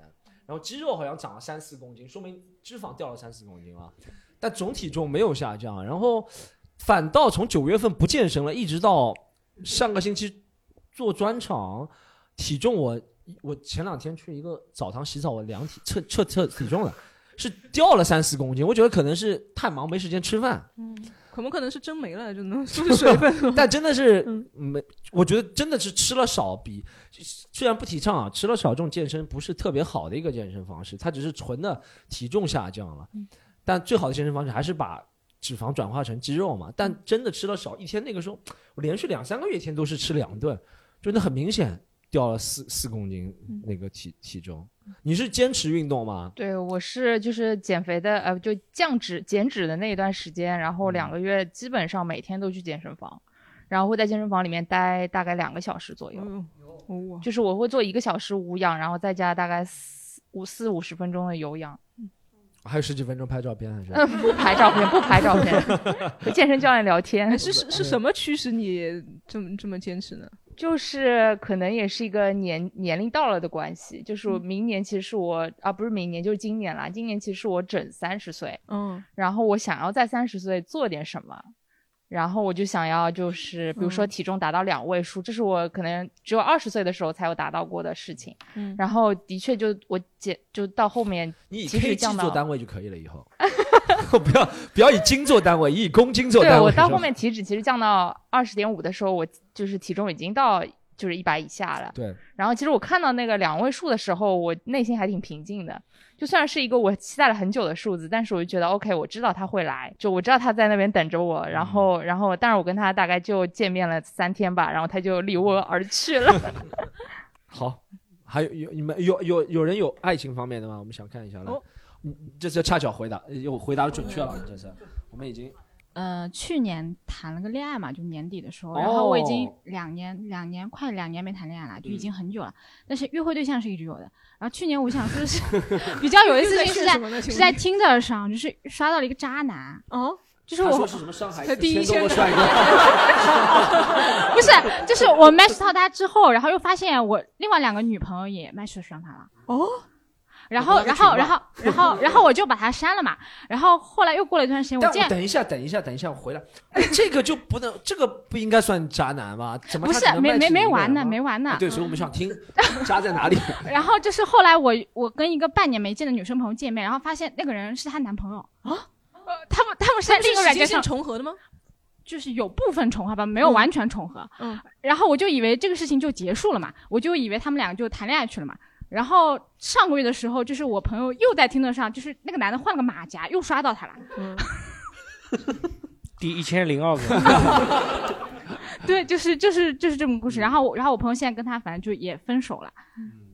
然后肌肉好像长了三四公斤，说明脂肪掉了三四公斤了，但总体重没有下降。啊然后反倒从九月份不健身了，一直到上个星期做专场，体重我我前两天去一个澡堂洗澡，我量体测测测体重了，是掉了三四公斤。我觉得可能是太忙没时间吃饭。嗯，可不可能是 真没了，真的是不是水分？ 嗯但真的是没，我觉得真的是吃了少比，虽然不提倡啊，吃了少这种健身不是特别好的一个健身方式，它只是纯的体重下降了。嗯但最好的健身方式还是把脂肪转化成肌肉嘛。嗯但真的吃了少，一天那个时候我连续两三个月一天都是吃两顿，真的很明显掉了四四公斤嗯那个体体重。你是坚持运动吗？对，我是就是减肥的，呃，就降脂减脂的那一段时间，然后两个月基本上每天都去健身房，然后会在健身房里面待大概两个小时左右，哦就是我会做一个小时无氧，然后再加大概四五四五十分钟的有氧，还有十几分钟拍照片还是？嗯， 不拍照片，不拍照片，和健身教练聊天。哎是是是什么驱使你这么这么坚持呢？就是可能也是一个年年龄到了的关系，就是嗯我明年其实是我、啊不是明年就是今年啦，今年其实是我整三十岁，嗯，然后我想要在三十岁做点什么，然后我就想要就是比如说嗯体重达到两位数，这是我可能只有二十岁的时候才有达到过的事情，嗯然后的确就我减就到后面你以其实 kg 降做到单位就可以了，以后 不要不要以斤做单位，以公斤做单对位我是吧。到后面体脂其实降到二十点五的时候，我就是体重已经到就是一百以下了。对，然后其实我看到那个两位数的时候，我内心还挺平静的。就算是一个我期待了很久的数字，但是我就觉得 OK，我知道他会来，就我知道他在那边等着我。嗯然后，然后，但是我跟他大概就见面了三天吧，然后他就离我而去了。 好，还有有你们有有有人有爱情方面的吗？我们想看一下哦来。你这次恰巧回答，呃又回答的准确了。这次我们已经呃，去年谈了个恋爱嘛，就年底的时候，哦嗯然后我已经两年、两年快两年没谈恋爱了，就已经很久了。但是约会对象是一直有的。然后去年我想说的是 比较有意思的事情是又在炫什么在呢请是问在 Tinder 上，就是刷到了一个渣男。哦， 就是他我说是什么上海他第一千多个圈帅哥， 不是，就是我 match 到他之后，然后又发现我另外两个女朋友也 match 上他了。哦。然我后，把他然后，举报然后，然后，然后我就把他删了嘛。然后后来又过了一段时间，我但见我等一下，等一下，等一下，我回来。哎这个就不能，这个不应该算渣男吧？怎么不他是只能没卖没几个没人完呢，吗没完呢嗯啊。对，所以我们想 听渣在哪里。然后就是后来我我跟一个半年没见的女生朋友见面，然后发现那个人是她男朋友啊，他们他们是在另一个软件上重合的吗？就是有部分重合吧，没有完全重合。嗯，然后我就以为这个事情就结束了嘛，我就以为他们两个就谈恋爱去了嘛。然后上个月的时候，就是我朋友又在听得上，就是那个男的换了个马甲，又刷到他了。嗯第一千零二个， 对，就是就是就是这么个嗯故事。然后我然后我朋友现在跟他反正就也分手了。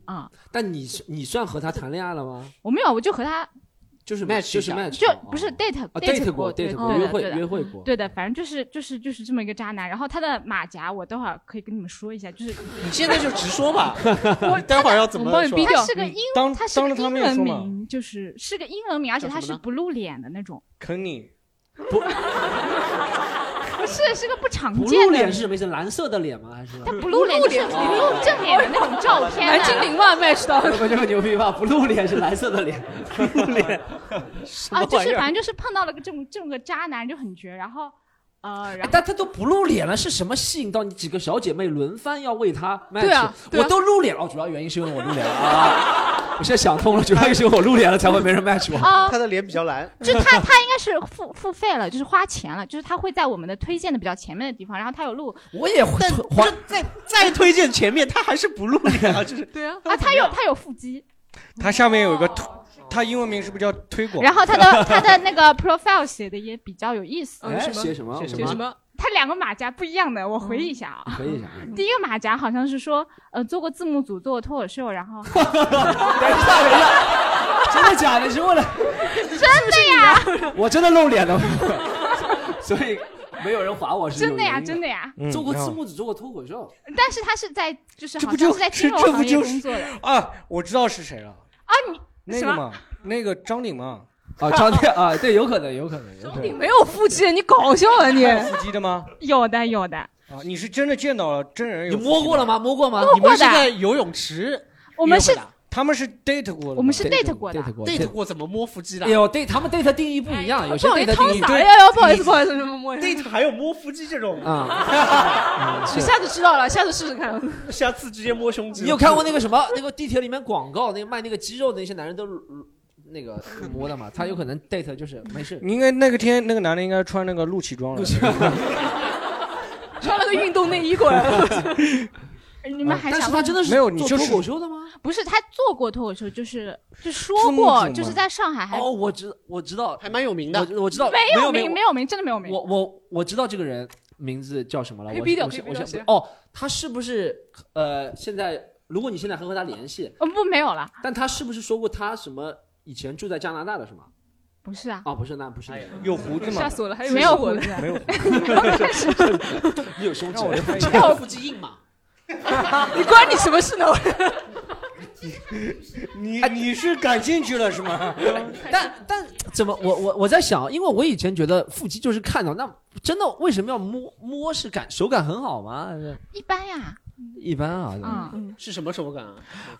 啊、但你是你算和他谈恋爱了吗？我没有，我就和他就是 match，就是 match，就不是 date、啊 date date 过对 date 的过对的约会对的约会过对的，反正就是就是就是这么一个渣男。然后他的马甲我待会儿可以跟你们说一下，就是你现在就直说 吧，待会儿要怎么说？他是个英，嗯当他是个当着他英面文说嘛名，就是是个英文名，而且叫他什么是呢不露脸的那种，坑你。不是是个不常不见露的脸是什么意思？蓝色的脸吗？还是他不露脸就是不哦露正脸的那种照片啊。蓝万 match 我这么牛逼吧？不露脸是蓝色 的脸，露脸 啊，就是反正就是碰到了个这种这种个渣男就很绝，然后 呃，然后 但他都不露脸了，是什么吸引到你几个小姐妹轮番要为他 match？对啊对啊哦我都露脸了，主要原因是因为我露脸了啊。 我现在想通了，就为什么我露脸了才会没人 match 我？啊 他的 脸比较蓝，就他他应该是付付费了，就是花钱了，就是他会在我们的推荐的比较前面的地方，然后他有录。我也会花在再推荐前面，他还是不露脸 啊，就是对啊啊，他有他有腹肌，它下面有一个推，它英文名是不是叫推广？然后 他的他的那个 profile 写的也比较有意思。哎什么写什么写什么写什么？他两个马甲不一样的，我回忆一下啊。可以啊。第一个马甲好像是说，呃，做过字幕组，做过脱口秀，然后真的假的？你是为了 真的呀， 我真的露脸了，所以没有人划我是真的呀，真的呀，嗯做过字幕组，做过脱口秀，但是他是在就是这好不像就是在金融这不行业就工是作的啊？我知道是谁了，啊，你那什个么？嘛，那个张鼎嘛。啊，张天啊，对，有可能，有可能，有可你能。没有腹肌，你搞笑 啊你！还有腹肌的吗？有的有的，啊，你是真的见到了真人有？你摸过了吗？摸过吗摸过的你们是在游泳池？我们是，他们是 date 过的吗，我们是 date 过的 date 过 date 过怎么摸腹肌的？哎呦，date 他们 date 定义不一样，有些不好意 date 思定义掏对嗓哎呀呀，不好意思，不好意思，什么摸人 date 还有摸腹肌这种 嗯啊你下次知道了，下次试试看。下次直接摸胸肌。你有看过那个什么那个地铁里面广告，那个卖那个鸡肉的那些男人都嗯那 个摸的嘛？他有可能 date 就是没事，你应该那个天那个男的应该穿那个露脐装了，穿了个运动内衣过来了。 你们还啊但想是他问真的是没有你做就是脱口秀的吗？不是他做过脱口秀，就是就说字幕组过，吗就是在上海还哦， 我知我知道，还蛮有名的，我知道 没有名，没有名，真的没有名。我我我知道这个人名字叫什么了，可以我逼掉我可以想逼我掉想谁哦，他是不是呃现在？如果你现在还和他联系，哦不没有了，但他是不是说过他什么以前住在加拿大的是吗？不是啊，哦，不是，那不是你，有胡子吗吓死我了还以为没有胡子， 没有胡 子， 你有胸肌让我看一， 下这腹肌 硬嘛？ 你关你什么事呢？你你是感兴趣了是吗？但但怎么我我我在想，因为我以前觉得腹肌就是看到，那真的为什么要摸摸是感手感很好吗？还是一般呀，一般啊，嗯，是什么手感啊？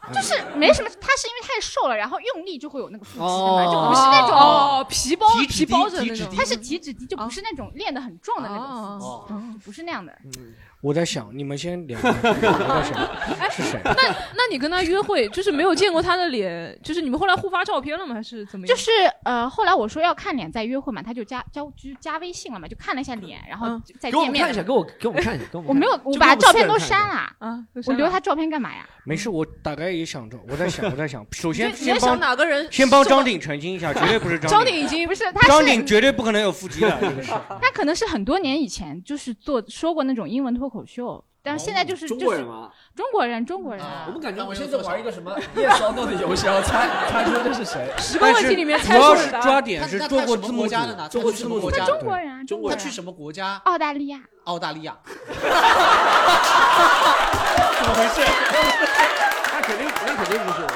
嗯就是没什么，他是因为太瘦了，然后用力就会有那个腹肌的嘛，哦就不是那种哦皮包体脂皮包低着的体那脂种，哦低哦他是体脂低，就不是那种练得很壮的那种腹肌，就不是那样的。 嗯我在想，你们先聊，我在想是谁？那那你跟他约会，就是没有见过他的脸，就是你们后来互发照片了吗？还是怎么样？就是呃，后来我说要看脸再约会嘛，他就加加就加微信了嘛，就看了一下脸，然后就 再给我见们面看一了。下，给我给我们看一下，给我我们看没一有下，我就把给我照们片都四个人看删一下。了，啊，我留他照片干嘛呀？没事，我大概也想着，我 在想，我在想，首先你就先你在帮想哪个人先帮张鼎澄清一啊下，绝对不是张张鼎鼎已经不是，张他鼎是绝对不可能有腹 肌的，这个是。他可能是很多年以前就是做说过那种英文脱口秀，但是现在就是哦中就国是人吗中国人中国人，啊我们感觉我们现在玩一个什么哎夜烧豆的游 戏，然后猜猜出这是谁。十个问题里面猜出了答案主要啊是抓点是他他做过他什么字幕国家组的呢？做过字幕组他去什么国家他中国人啊对中国人他去什么国家？澳大 利亚，澳大利亚。怎么回事？那肯定，那肯定不是。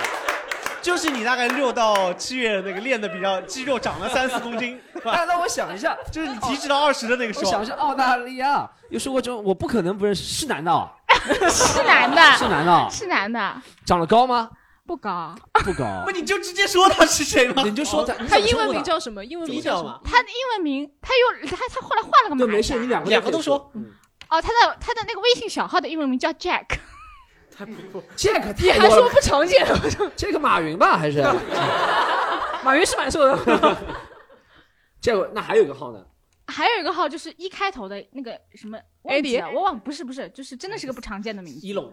就是你大概六到七月那个练的比较肌肉长了三四公 斤，是吧？那我想一下，哦就是你体脂到二十的那个时我候。想是哦澳大利亚，又说过中，我不可能不认识，是男的啊，是男的，是男的啊是男的，长得高吗？不高。不高哎不，，你就直接说他是谁吗？你就说他，哦他英文名叫什么？英文名叫什么？他的英文名，他又他他后来换了个马对，甲。没事，你两个两个都说。嗯哦，他的他的那个微信小号的英文名叫 Jack，这个你太还多说了不常见？啊啊这个马云吧，还是马云是蛮瘦的。 这个那还有一个号呢？还有一个号就是一开头的那个什么 Eddie？忘记了，我忘不是不是，就是真的是个不常见的名字。一龙。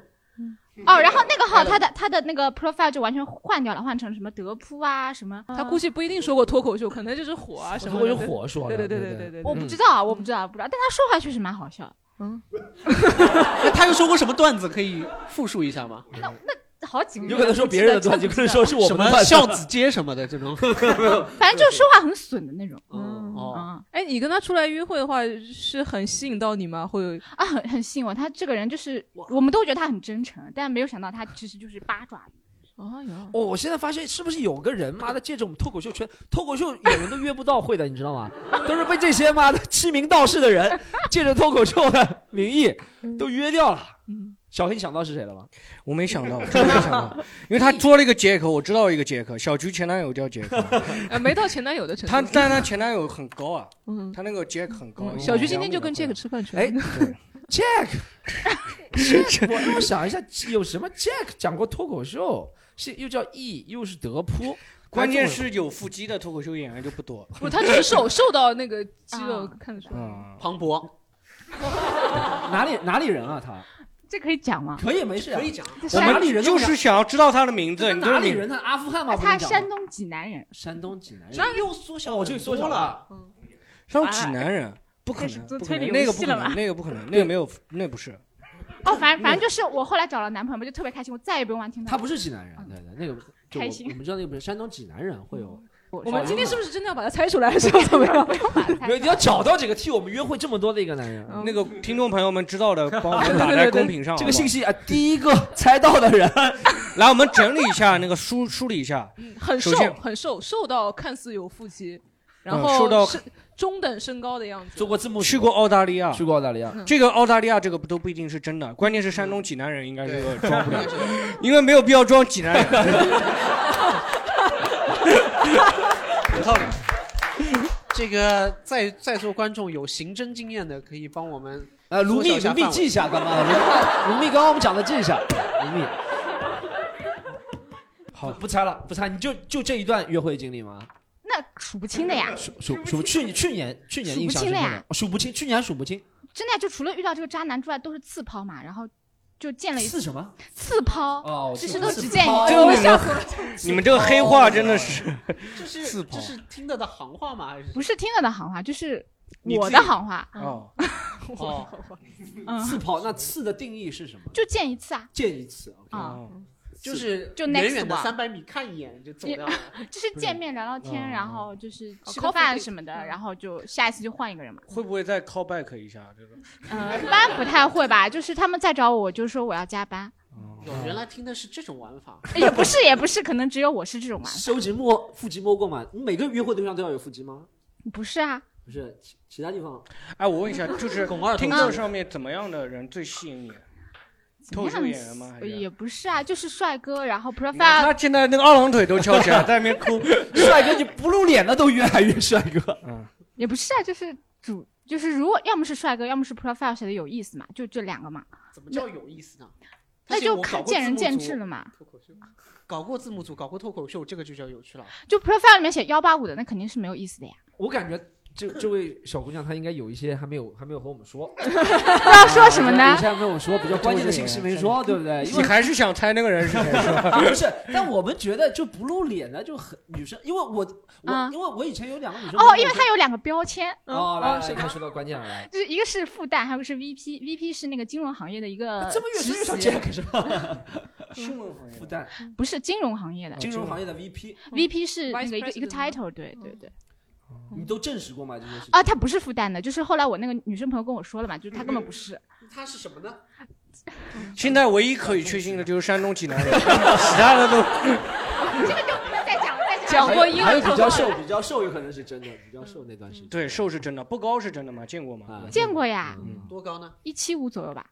哦，然后那个号他的他的那个 profile 就完全换掉了，换成什么德扑啊什么。他估计不一定说过脱口秀，可能就是火啊什么的。脱口秀火说的对对对对对对对。我不知道，啊我不知道，不知道，但他说话确实蛮好笑的。嗯，那他又说过什么段子？可以复述一下吗？那那好几个月有可能说别人的段子，有可能说是我什们么的段子。孝子街什么的这种。反正就是说话很损的那种。嗯嗯哦，哎，你跟他出来约会的话，是很吸引到你吗？会有啊，很很吸引我。他这个人就是，我们都觉得他很真诚，但没有想到他其实就是八爪鱼。哎呀，哦，我现在发现是不是有个人妈的借着我们脱口秀圈，脱口秀演员都约不到会的，你知道吗？都是被这些妈的欺名道士的人借着脱口秀的名义嗯都约掉了。小黑，你想到是谁了吗？我没想到，我 真 的没想到， 因为他做了一个杰克，我知道一个杰克，小菊前男友叫杰克，哎，没到前男友的程度。他但他前男友很高 啊， 嗯，他那个杰克很高。小菊今天就跟 Jack 吃饭去 了。哎，Jack，Jack，我让我想一下，有什么 Jack 讲过脱口秀？是又叫艺，又是德扑，哎关键是有腹肌的脱口秀演员就不多。不，他只是瘦，瘦到那个肌肉啊看得出来。嗯，庞博，哪里哪里人啊他？这可以讲吗？可以，没事啊，可以讲我我们哪们里人都就不讲是想要知道他的名字，这你哪里名人呢？阿富汗吗？不他能讲吗山东济南人，山东济南人，山又缩小，我这缩小了。上济南人不可开始能，做不可推理能，游那个戏不可了吧能，那个不可 能，那个没有，那不是。哦，反正反正就是我后来找了男朋友，就特别开心，我再也不用玩听他不是济南嗯人，对对，那个就我开心我们知道那个不是山东济南人会有。我们今天是不是真的要把它猜出来， 还是要怎么样？没有，你要找到这个替我们约会这么多的一个男人，那个听众朋友们知道的，帮我 们打在公屏上。这个信息啊，啊，第一个 猜到的人， 来，我们整理一下那个梳梳理一下。很首瘦先，很瘦，瘦到看似有腹肌，然嗯瘦后到是中等身高的样子。 做过字幕，去过澳大利亚，去过澳大利亚嗯这个澳大利亚这个不都不一定是真的，关键是山东济南人应该这个对啊装不了， 因为没有必要装济南 人。有道理。这个在在座观众有刑侦经验的，可以帮我们呃，卢密，卢密记一下，干嘛？卢密，刚刚我们讲的记一下，卢密。好，不猜了，不猜，你就就这一段约会经历吗？那数不清的呀，数数数，去去年去年印象深刻数不清的呀的，数不清，去年还数不清，真的呀就除了遇到这个渣男之外，都是次抛嘛，然后就见了一次什么次抛，哦就是次都抛只见一哦个，这个你吓们死我了。 你们这个黑话真的是，这是自这跑是听得的行话吗？还是不是听了的行话，就是你自我己的行话，啊哦， 哦， 嗯次跑，那次的定义是什么？就见一次啊。见一次啊哦就是就远 next 远的 one 三百米看一眼就走也掉了。 就是见面聊聊天，嗯然后就是吃哦个，coffee 饭 date 什么的，然后就下一次就换一个人嘛。会不会再 call back 一下 这个？嗯，一般不太会吧，就是他们再找我，我就说我要加班，有哦原来听的是这种玩法，哎也不是也不是，可能只有我是这种嘛。收集摸腹肌摸过吗？你每个约会对象都要有腹肌吗？不是啊，不是，其其他地方哎，我问一下，就是拱二头听众上面怎么样的人最吸引你？脱口秀演员吗？还是也不是啊，就是帅哥，然后他 profile 现在那个二郎腿都翘 起来，在那边哭。帅哥就 不露脸的都越来越帅哥。嗯，也不是啊，就是主就是如果要么是帅哥，要么是 profile 写的有意思嘛，就这两个嘛，怎么叫有意思呢？那但是就我搞看过见字仁幕见组智了嘛。脱口秀，搞过字幕组，搞过脱口秀，这个就叫有趣了。就 profile 里面写幺八五的，那肯定是没有意思的呀。我感觉这这位小姑娘她应该有一些还没有还没有和我们 说，要说什么有呢一？些还没有我们说比较关键的信息没说，对不对？因你为还是想猜那个 人是谁？是吧不是，但我们觉得就不露脸的就很女生，因为我我、啊因为我以前有两个女生哦，因为它有两个标签。哦，来来，是你看的。说到关键了，来就是一个是复旦，还有个是 VP。VP 是那个金融行业的一个啊这么越说越像职级 Jack 是 吧？新闻行业 复旦嗯不是金融行业的，金融行业的 VP， VP 是那个一个 Vice 一个 President title，对嗯对对。你都证实过吗？这件事情啊，他不是复旦的，就是后来我那个女生朋友跟我说了嘛，就是他根本不是。它是什么呢？现在唯一可以确信的就是山东济南 人，其他的都 这个就不能再讲了，再讲还有过一个还有比较就好瘦了，比较瘦有可能是真的，比较瘦那段时间。对瘦是真的，不高是真的吗？见过吗？见过呀，嗯多高呢？一七五左右吧。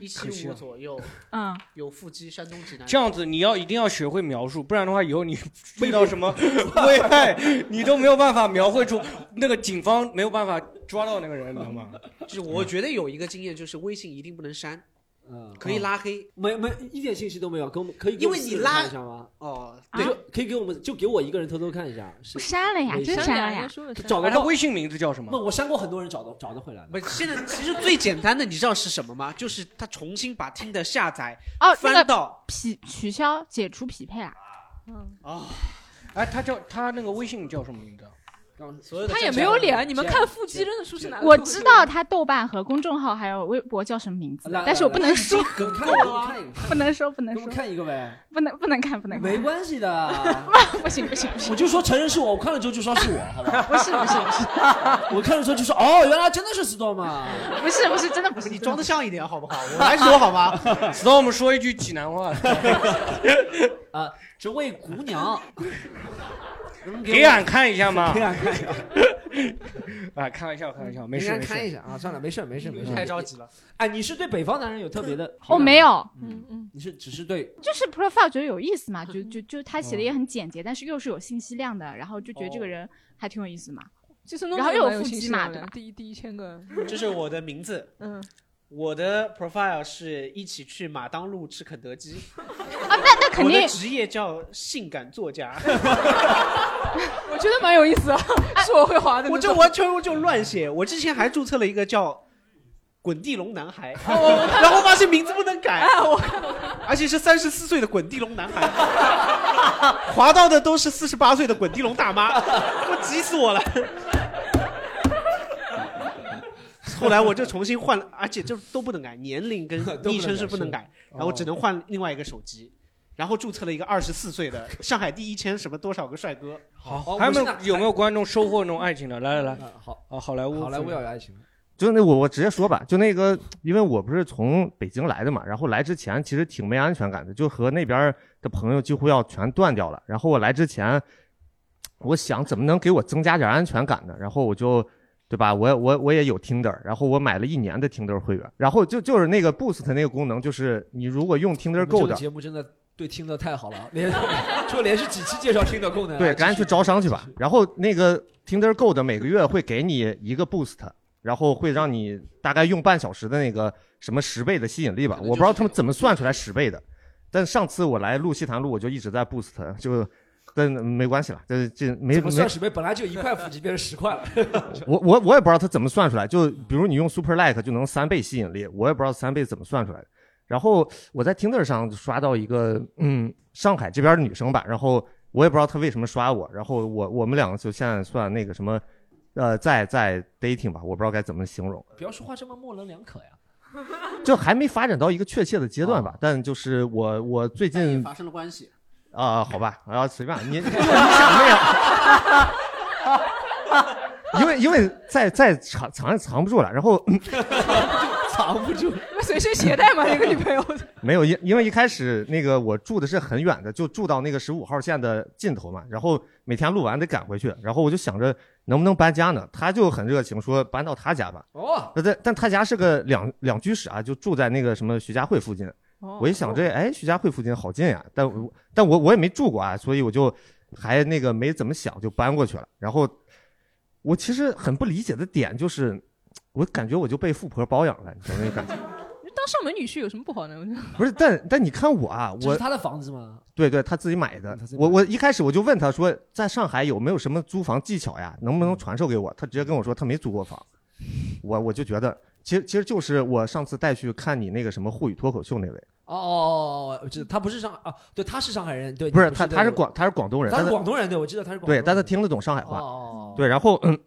一可惜七啊五左右，嗯，有腹肌，山东济南。这样子你要一定要学会描述，不然的话以后你遇到什么 危害，你都没有办法描绘出那个警方没有办法抓到那个人，你知道吗？ 就是我觉得有一个经验，就是微信一定不能删，嗯，可以拉黑。没没一点信息都没有，给我们可以给因我为们你四个人拉看一下吗？哦，对，可以给我们就给我一个人偷偷看一下，是我删了呀，微信真删了呀。找哎得他到微信名字叫什不，么？我删过很多人，找得找得回来的。不，现在其实最简单的，你知道是什么吗？就是他重新把听的下载哦，那翻个到匹取消解除匹配啊，啊，哎，他叫他那个微信叫什么名字？所有的他也站没下有来脸，你们看腹肌真的舒适难。我知啊道他豆瓣和公众号还有微博叫什么名字来，，但是我不 能说，给我们看一个，给我们看一个， 不能说，不能给我们说，看一个呗，不能不能看，不能看，哦没关系的。 不行不行不行，我就说承认是我，我看了之后就说是 我，好吧？不是不是不 是我 看了之后就说哦，原来真的是 storm 啊！不是不是真的不是，你装得像一点好不好？我来说好 吗？ 直到我们说一句济南话， 啊，这位姑 娘，能给给我俺看一下吗 给？俺看一下， 啊，开玩笑，开玩笑，没给事俺没看一事。下啊，算了，没事没事没事。太着急了，哎，你是对北方男人有特别的？我没，有，嗯嗯，你是只是对就是 profile 觉得有意思嘛，就就就他写的也很简洁，但是又是有信息量的，然后就觉得这个人还挺有意思嘛。就孙东然后这又个有蛮有腹信肌息嘛量对的吧 第一第一千个，这是我的名字，嗯，我的 profile 是一起去马当路吃肯德基。 啊，那那肯我的定，职业叫性感作家。 我觉得蛮有意 思啊，是我会滑的那种。我这完全就乱写。我之前还注册了一个叫“滚地龙男 孩”，哦我看到然后发现名字不能改。哎我而且是三十四岁的滚地龙男孩， 滑到的都是四十八岁的滚地龙大妈，我急死我了。 后 来我就重新换了，而且这都不能改，年龄跟改昵称是不能改，是然后只能换另外一个手机，然后注册了一个二十四岁的上海第一千什么多少个帅哥。好，还有没有 有没有观众收获那种爱情的？来来来，好啊，好莱坞，好莱坞要有爱情，就那我我直接说吧，就那个，因为我不是从北京来的嘛，然后来之前其实挺没安全感的，就和那边的朋友几乎要全断掉了。然后我来之前，我想怎么能给我增加点安全感呢？然后我就，对吧？我我我也有 Tinder，然后我买了一年的 Tinder 会员，然后就就是那个 Boost 那个功能，就是你如果用 Tinder 这 Go 个的，节目真的对听的太好了，啊 连就连续几期介绍听的功能啊，对，赶紧去招商去吧。然后那个 Tinder Go 的每个月会给你一个 boost，然后会让你大概用半小时的那个什么十倍的吸引力吧，我不知道他们怎么算出来十倍的。但上次我来录西谈录，我就一直在 boost，就但没关系了，这这没怎么没算十倍？本来就一块腹肌变成十块了， 我我我也不知道他怎么算出来，就比如你用 Super Like 就能三倍吸引力，我也不知道三倍怎么算出来的。然后我在 Tinder 上就刷到一个嗯上海这边的女生吧，然后我也不知道她为什么刷我，然后我我们两个就现在算那个什么呃在在 dating 吧，我不知道该怎么形容，不要说话这么模棱两可呀。 就还没发展到一个确切的阶段吧。但就是我我最近发生了关系，啊、好吧，然、后随便你 你想那样。因为因为在在藏藏也藏不住了，然后 藏不住，随身携带嘛，那个女朋友。没有，因因为一开始那个我住的是很远的，就住到那个十五号线的尽头嘛，然后每天录完得赶回去，然后我就想着能不能搬家呢？他就很热情说搬到他家吧。哦， 那但但他家是个两两居室啊，就住在那个什么徐家汇附近。哦我一想这哎徐家汇附近好近呀，但我但我我也没住过啊，所以我就还那个没怎么想就搬过去了。然后我其实很不理解的点就是，我感觉我就被富婆包养了，你懂那个感觉？当上门女婿有什么不好呢？不是，但但你看我啊，这我是他的房子吗？对对，他自己买的。我我一开始我就问他说，在上海有没有什么租房技巧呀？能不能传授给我？他直接跟我说他没租过房。我我就觉得，其实其实就是我上次带去看你那个什么沪语脱口秀那位，哦哦哦，我知道他不是上啊，对，他是上海人，对，不是你他对他是广他是广东人，他但是广东人，对，我知道他是广东对，人。但他听得懂上海话。哦对，然后嗯，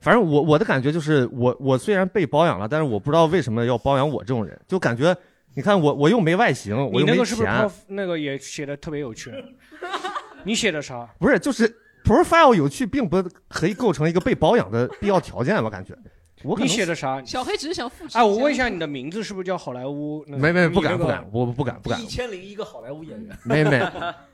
反正我我的感觉就是我，我虽然被包养了，但是我不知道为什么要包养我这种人，就感觉你看我我又没外形，我你又那没个是不是钱 prof，那个也写的特别 有趣？你写的啥？不是，就是 profile 有趣，并不可以构成一个被包养的必要条件，我 感觉。我可你能写的啥？小黑只是想复制。哎，我问一下，你的名字是不是叫好莱坞？那个 没没你不敢那个不敢，我不敢不敢一，千零一个好莱坞演员，没没，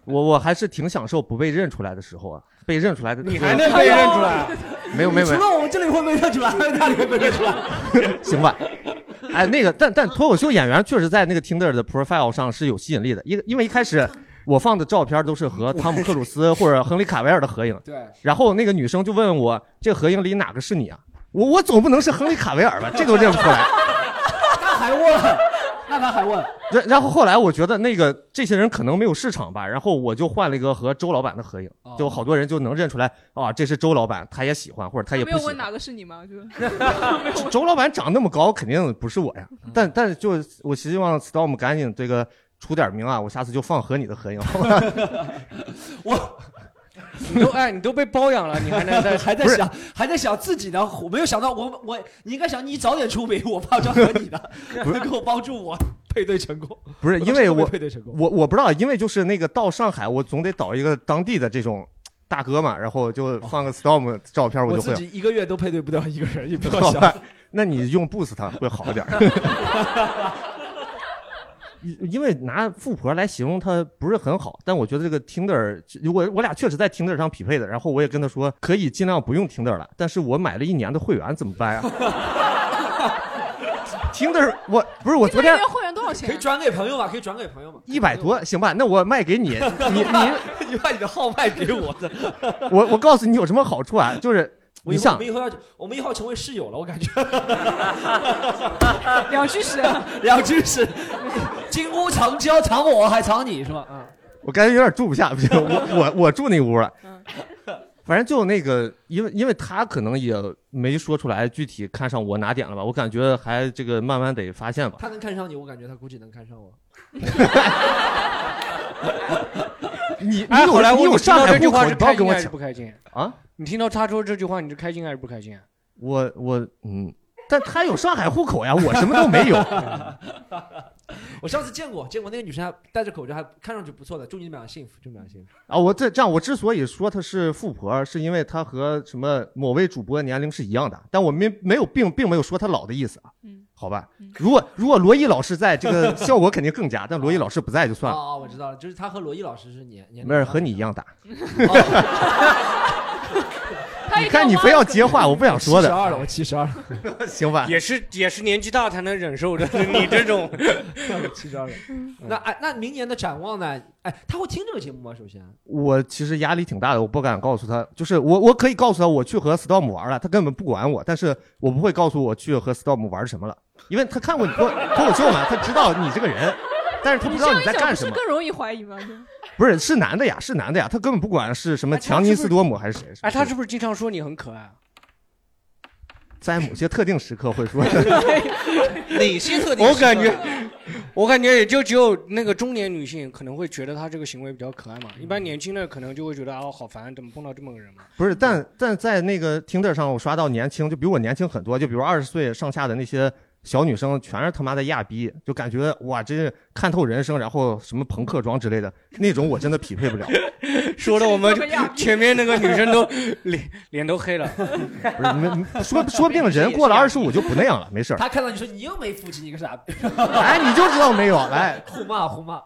我我还是挺享受不被认出来的时候啊，被认出来的哎你还能被认出来？没有没有没除有了我们这里会被认出来，那里会被认出来。 行吧？哎，那个，但但脱口秀演员确实在那个 Tinder 的 profile 上是有吸引力的，因因为一开始我放的照片都 是和汤姆克鲁斯或者亨利卡维尔的合影，对然后那个女生就问我这合影里哪个是你啊？我我总不能是亨利卡维尔吧？这个我认不出来。他还问，那他还问，然然后后来我觉得那个这些人可能没有市场吧，然后我就换了一个和周老板的合影，哦就好多人就能认出来啊，这是周老板，他也喜欢或者他也没不有喜欢问。哪个是你吗？就周老板长那么高，肯定不是我呀。嗯但但是就我希望 Storm 赶紧这个出点名啊，我下次就放和你的合影。好 吧 你都哎，你都被包养了，你还能在 还在想还在想自己呢，我没有想到我我你应该想你早点出名，我怕这和你的 不能够帮助我配对成功。不是因为我我配对成功，我我不知道，因为就是那个到上海，我总得找一个当地的这种大哥嘛，然后就放个 Storm 照片，哦我就会自了。己一个月都配对不掉一个人，你不要好吧想。那你用 Boost 它会好一点。 因因为拿富婆来形容它不是很好，但我觉得这个 Tinder，我我俩确实在 Tinder 上匹配的。然后我也跟他说可以尽量不用 Tinder 了，但是我买了一年的会员怎么办呀、t i n d e r 我 不是我昨天那会员多少钱？啊可以转给朋友吧，可以转给朋友嘛。一百多，行吧？那我卖给你，你 你你把你的号卖给我的，我我告诉你有什么好处啊？就是我以你后想我们以后要我们以后成为室友了，我感 觉两居室， 两居室， 金屋藏娇，藏我还藏你是吧？嗯。我感觉有点住不下，不行，我我我住那屋了。嗯 反正就那个，因为因为他可能也没说出来具体看上我哪点了吧，我感觉还这个慢慢得发现吧。他能看上你，我感觉他估计能看上我。 你哎，有好莱你坞，有你上听到海这句户口，话你是不开要跟心我还是抢不开心啊？你听到他说这句话，你是开心还是不开心啊？我我嗯，但他有上海户口呀，我什么都没有。 我上次见过，见过那个女生还戴着口罩，还看上去不错的。祝你们俩幸福，祝你们俩幸福。啊，我这这样，我之所以说她是富婆，是因为她和什么某位主播年龄是一样的，但我没没有并并没有说她老的意思啊。嗯，好吧，如果如果罗毅老师在，这个效果肯定更佳，但罗毅老师不在就哦算了，哦，我知道了，就是她和罗毅老师是年年龄没事，和你一样大。哦 他你看你非要接话，我不想说的。 72了我72了， 行吧。也是也是年纪大才能忍受的， 你这 种七十二了。嗯那哎，那明年的展望呢？哎，他会听这个节目吗？首先，我其实压力挺大的，我不敢告诉他，就是我我可以告诉他我去和 Storm 玩了，他根本不管我，但是我不会告诉我去和 Storm 玩什么了，因为他看过你脱脱口秀嘛，他知道你这个人，但是他不知道你在干什这样一想么不是。更容易怀疑吗？不是，是男的呀，是男的呀，他根本不管是什么强尼斯多姆还是谁，哎，他是不是经常说你很可爱？在某些特定时刻会说。 哪些特定我时刻感觉，我感觉也就只有那个中年女性可能会觉得他这个行为比较可爱嘛，一般年轻的可能就会觉得啊，好烦，怎么碰到这么个人嘛？不是，但但在那个 Tinder 上，我刷到年轻，就比我年轻很多，就比如二十岁上下的那些小女生，全是他妈的亚逼，就感觉哇，这是看透人生，然后什么朋克装之类的那种，我真的匹配不了。说的我们前面那个女生都脸脸都黑 了。不是，没说说不定人过了二十五就不那样了，没事儿。他看到你说你又没腹肌，你个傻逼！哎，你就知道没有，来互骂互骂。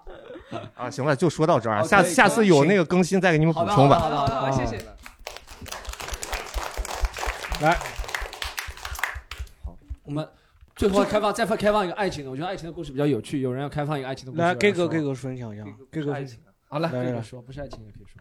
啊，行了，就说到这儿，好下可以下次有行那个更新再给你们补好的，充吧。好的，好的，好的，谢谢。来，我们最后开放，再开放一个爱情的，我觉得爱情的故事比较有趣。有人要开放一个爱情的故事，来，给哥哥给哥分享一下，给哥分享。好来，来给来哥说，不是爱情也可以说。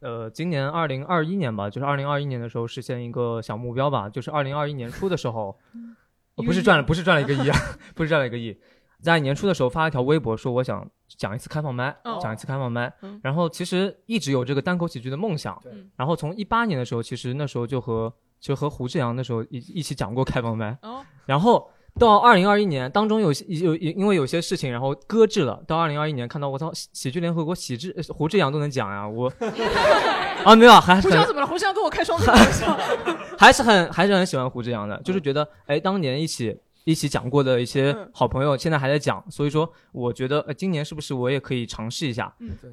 呃，今年二零二一年吧，就是二零二一年的时候实现一个小目标吧，就是二零二一年初的时 候，嗯呃不是赚了，不是赚了一个亿啊，不是赚了一个亿，在年初的时候发了一条微博，说我想讲一次开放麦，哦讲一次开放麦嗯。然后其实一直有这个单口喜剧的梦想对嗯，然后从一八年的时候，其实那时候就和就和胡志阳那时候一一起讲过开放麦，哦然后。到二零二一年当中有些有有因为有些事情，然后搁置了。到二零二一年看到我操喜喜剧联合国喜志呃胡志阳都能讲呀，我 啊没有还胡很椒怎么了？胡椒跟我开双口玩笑，还是很还是很喜欢胡志阳的，就是觉得哎，当年一起一起讲过的一些嗯好朋友，现在还在讲，所以说我觉得呃，今年是不是我也可以尝试一下？嗯，对。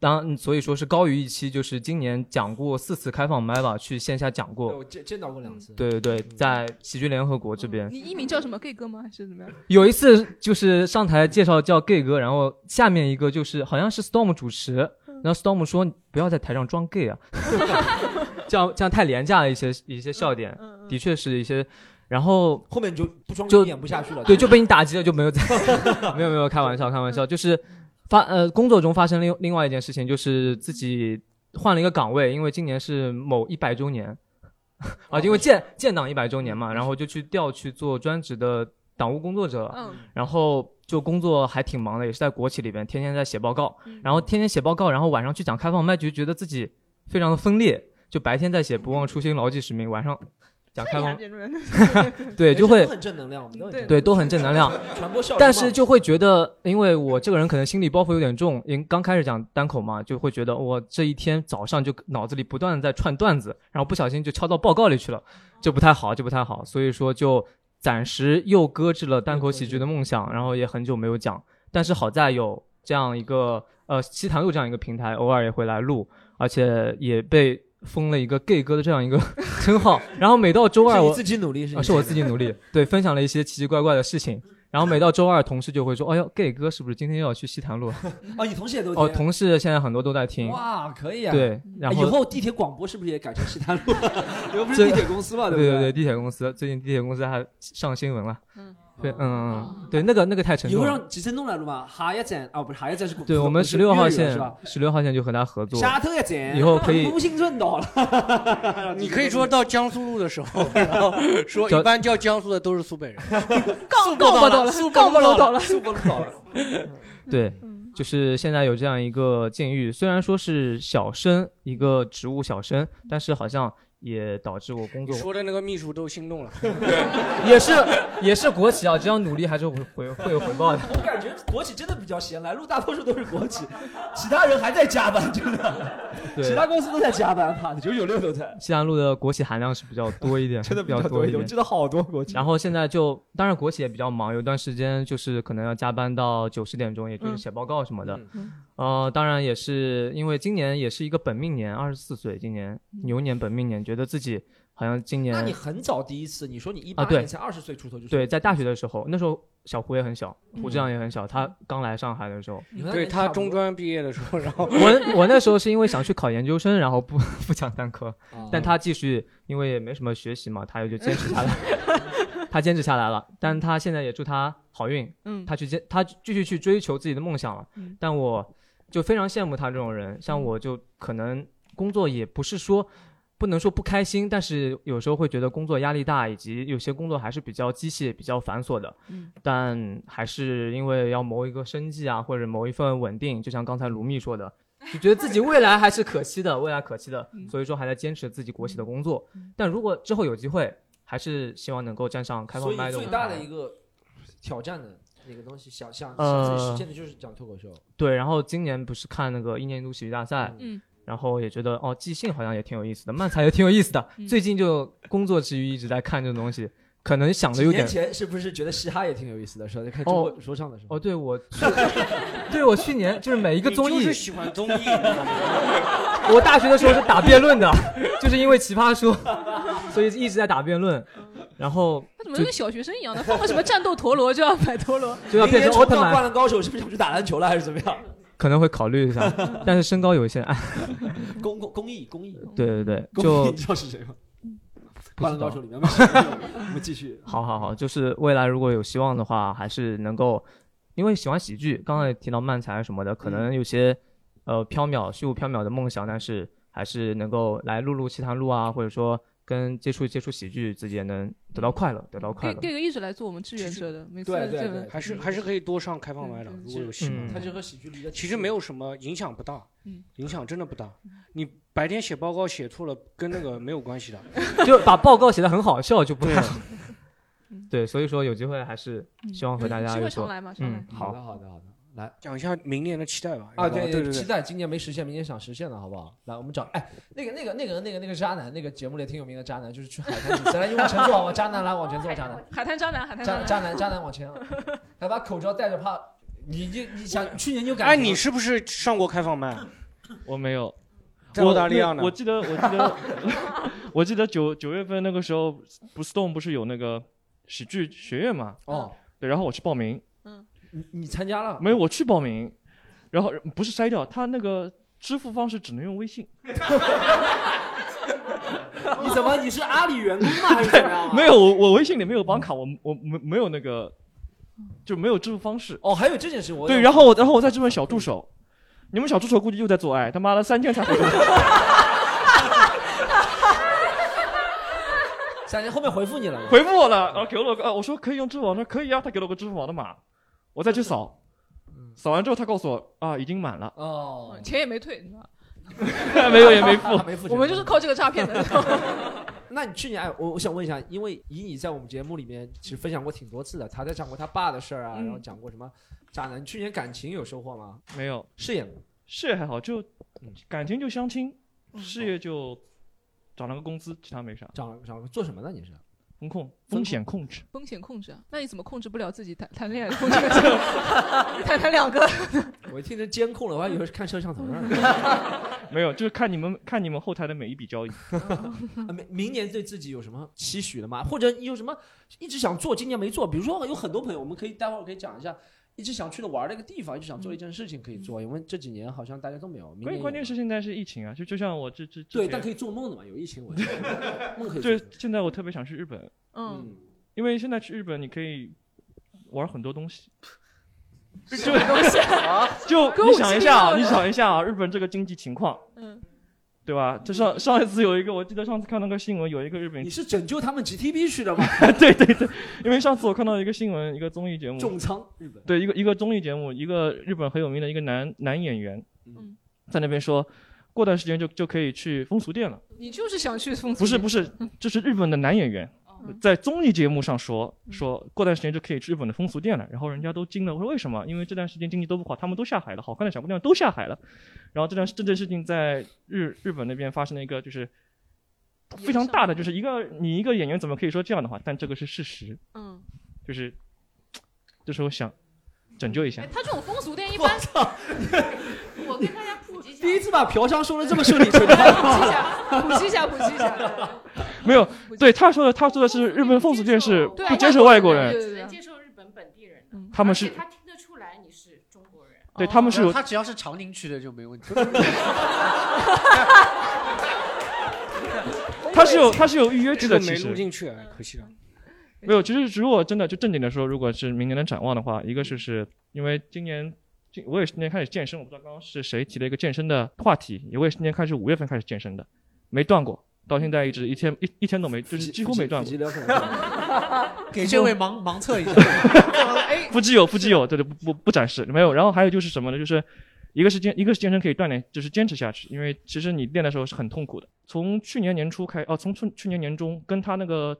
当所以说是高于预期，就是今年讲过四次开放麦吧，去线下讲对过我。 嗯见见到过两次。对对对，在喜剧联合国这边嗯你艺名叫什么 gay 哥吗？还是怎么样？有一次就是上台介绍叫 gay 哥，然后下面一个就是好像是 Storm 主持，然后 Storm 说你不要在台上装 gay 啊，这样这样太廉价了一些一些笑点，的确是一些。然后后面你就不装就演不下去了。对，就被你打击了，就没有再 没有没有开玩笑开玩笑，就是发呃工作中发生另另外一件事情，就是自己换了一个岗位，因为今年是某一百周年 哦啊，因为建建党一百周年嘛，然后就去调去做专职的党务工作者，嗯然后就工作还挺忙的，也是在国企里边，天天在写报告，嗯然后天天写报告，然后晚上去讲开放麦，就觉得自己非常的分裂，就白天在写不忘初心牢记使命，晚上讲开放这俩人， 对，就会都很正能量，我们都很，对，都很正能量传播效率嘛但是就会觉得，因为我这个人可能心理包袱有点重，因为刚开始讲单口嘛，就会觉得我这一天早上就脑子里不断的在串段子，然后不小心就敲到报告里去了，就不太好，就不太好。所以说就暂时又搁置了单口喜剧的梦想，然后也很久没有讲。但是好在有这样一个呃西塘路这样一个平台，偶尔也会来录，而且也被。封了一个 gay 哥的这样一个 称号，然后每到周二是你我自己努力是你啊是我自自己己努力，对，分享了一些奇奇怪怪的事情。然后每到周二，同事就会说：“哎呦，gay 哥是不是今天又要去西坛路？” 哦，你同事也都哦，听同事现在很多都在听。哇，可以啊！对，然后以后地铁广播是不是也改成 西单路？你们不是这地铁公司嘛，对不对？对，地铁公司最近地铁公司还上新闻了。嗯，对，嗯嗯，嗯对，那个那个太沉以重后了。让吉森弄来录嘛，下一站哦，不是下一站是古对我们十是六号粤语的线是吧？，十六号线就和他合作，下头一站，以后可 以东兴顺到 了。你可以说到江苏路的时 候，然后说叫一般叫江苏的都是苏北 人，告告不到了苏告不 到了苏不到 了。对，就是现在有这样一个禁欲，虽然说是小生一个植物小生，但是好像也导致我工你作说的那个秘书都心 动了，也是也是国企啊，只要努力还是会会会有回报的。我感觉国企真的比较闲，来路大多数都是国企，其他人还在加班，真的，对其他公司都在加班，妈的九九六都在。西南路的国企含量是比较多一点，真的比比较多多一点点。我知道好多国企然后现在就，当然国企也比较忙，有段时间就是可能要加班到九十点钟，也就是嗯写报告什么的。嗯呃，当然也是因为今年也是一个本命年，二十四岁，今年牛年本命年，觉得自己好像今年那你很早第一次，你说你一八啊对年才二十岁出头就对，在大学的时候，那时候小胡也很小，胡志嗯阳也很小，他刚来上海的时候，对他中专毕业的时候，然后 我我那时候是因为想去考研究生，然后不 不想上课哦，但他继续，因为也没什么学习嘛，他也就坚持下来， 他坚持下来了。但他现在也祝他好运，嗯他去坚，他继续去追求自己的梦想了。嗯但我就非常羡慕他这种人，像我就可能工作也不是说。不能说不开心，但是有时候会觉得工作压力大，以及有些工作还是比较机械、比较繁琐的。嗯但还是因为要谋一个生计啊，或者谋一份稳定，就像刚才卢密说的，就觉得自己未来还是可期的，未来可期的，所以说还在坚持自己国企的工作。但如果之后有机会，还是希望能够站上开所放以麦的舞最台大的一个挑战的那个东西，想想呃想自己实现的就是讲脱口秀。对，然后今年不是看那个一年一度喜剧大赛，嗯，然后也觉得哦，即兴好像也挺有意思的，漫才也挺有意思的。嗯最近就工作之余一直在看这种东西，可能想的有几点年前是不是觉得嘻哈也挺有意思的？时候在看中国说唱的时候，哦，对我，对我去年就是每一个综艺，你就是喜欢综艺。 我大学的时候是打辩论的，就是因为奇葩说，所以一直在打辩论，然后他怎么就跟小学生一样的？放个什么战斗陀螺就要摆陀螺，就要变成明年奥特冲曼到灌篮高手是不是想 去打篮球了，还是怎么样？可能会考虑一下，但是身高有一些 矮。公公公益公益，对对对公益就你知道是谁吗？不灌知篮道啊高手里 面，我们继续。好好好，就是未来如果有希望的话，还是能够，因为喜欢喜剧，刚刚也提到漫才什么的，可能有些、呃缥缈、虚无缥缈的梦想，但是还是能够来录录奇谈录啊，或者说跟接触接触喜剧，自己也能得到快乐，得到快给乐。给个一直来做我们志愿者的，每次对对这对个还是还是可以多上开放麦的，如果有希望。嗯它就和喜剧离得其实没有什么影响不大嗯，影响真的不大。嗯你白天写报告写错了，跟那个没有关系的。 就把报告写得很好笑，就不太好。对，所以说有机会还是嗯希望和大家有所嗯，好的，好的，好的。来讲一下明年的期待吧。啊，要不对对对， 期待今年没实现，明年想实现的好不好？来，我们找，哎，那个、那个、那个、那个、那个渣男，那个节目里挺有名的渣男，就是去海滩比赛，来，你往前坐，往渣男来，往前坐，渣男，海滩渣男，海滩渣男，渣男，渣男往前，还把口罩戴着，怕你你你想去年就感觉哎，你是不是上过开放麦？ 我没有。在澳大利亚呢我我记得，我记 得，我记得九九月份那个时候，不 Stone 不是有那个喜剧学院嘛？哦，对，然后我去报名，嗯你你参加了，没有，我去报名，然后不是筛掉，他那个支付方式只能用微信。你怎么你是阿里员工吗？还是怎么样？没有，我我微信里没有绑卡，我我没没有那个，就没有支付方式。哦，还有这件事，我对，然后我然后我再质问小助手，你们小助手估计又在做爱，他妈的三天才回头。三天后面回复你了吗？回复我了，然后给了我个，呃，我说可以用支付宝，他说可以啊，他给了我个支付宝的码，我再去扫，扫完之后他告诉我啊，已经满了，嗯哦，嗯钱也没退，你知道吧 没有也没付 没付钱我们就是靠这个诈 骗的。 那你去年哎，我我想问一下，因为以你在我们节目里面其实分享过挺多次的，他在讲过他爸的事儿啊，嗯然后讲过什么渣男，你去年感情有收获吗？没有事业呢嗯事业还好，就感情就相亲，事业就涨了个工资，其他没啥。涨嗯了涨了，做什么呢？你是风控风险控制，风险控制啊，那你怎么控制不了自己谈谈恋爱？控制个 谈谈两 个，我一听这监控了，我还以为是看摄像头呢。 没有，就是看你们看你们后台的每一笔 交易。嗯啊明明年对自己有什么期许的吗？或者你有什么一直想做，今年没做？比如说有很多朋友，我们可以待会儿可以讲一下，一直想去的玩儿的一个地方，一直想嗯做一件事情可以做，因为这几年好像大家都没有。明关年关有键是现在是疫情啊，就就像我这这之对，前但可以做梦的嘛，有疫情我觉得梦可以做对，现在我特别想去日本，嗯，因为现在去日本你可以玩很多东西。就什么东西啊 就歌舞你想一伎啊下，你想一下啊，日本这个经济情况，嗯，对吧？就上上一次有一个，我记得上次看那个新闻，有一个日本，你嗯是拯救他们 GTP 去 的吗？因为上次我看到一个新闻，一个综艺节目，重仓日本，对一个一个综艺节目，一个日本很有名的一个男男演员，嗯在那边说，过段时间就就可以去风俗店了。你就是想去风俗？不是不是，这是日本的男演员嗯在综艺节目上说说过段时间就可以去日本的风俗店了，然后人家都惊了，我说为什么？因为这段时间经济都不好，他们都下海了，好看的小姑娘都下海了。然后这段这件事情在日日本那边发生了一个就是非常大的，就是一个你一个演员怎么可以说这样的话？但这个是事实，嗯，就是这时候想拯救一下，哎他这种风俗店一般， 我跟大家普及一下，第一次把嫖娼 说的这么顺 理成章。普及一下，普及一下，没有对他说的，他说的是日本风俗店是对 不接受外国人，对对只对能接受日本本地人的，他们是而且他听得出来你是中国人，对他们是有哦他只要是长宁区的就没问题。他是有他是有预约制的，这个其没实录进去，哎可惜了。没有，其实如果真的就正经的说，如果是明年的展望的话，一个是是因为今年，今我也是今年开始健身，我不知道刚刚是谁提了一个健身的话题，我也是今年开始五月份开始健身的，没断过，到现在一直一天一一天都没，就是几乎没断过。 给这位盲盲测一下，哎，腹肌有，腹肌有，这就不不不展示没有。然后还有就是什么呢？就是一个是健，一个是健身可以锻炼，就是坚持下去，因为其实你练的时候是很痛苦的。从去年年初开，哦，从去去年年中跟他那个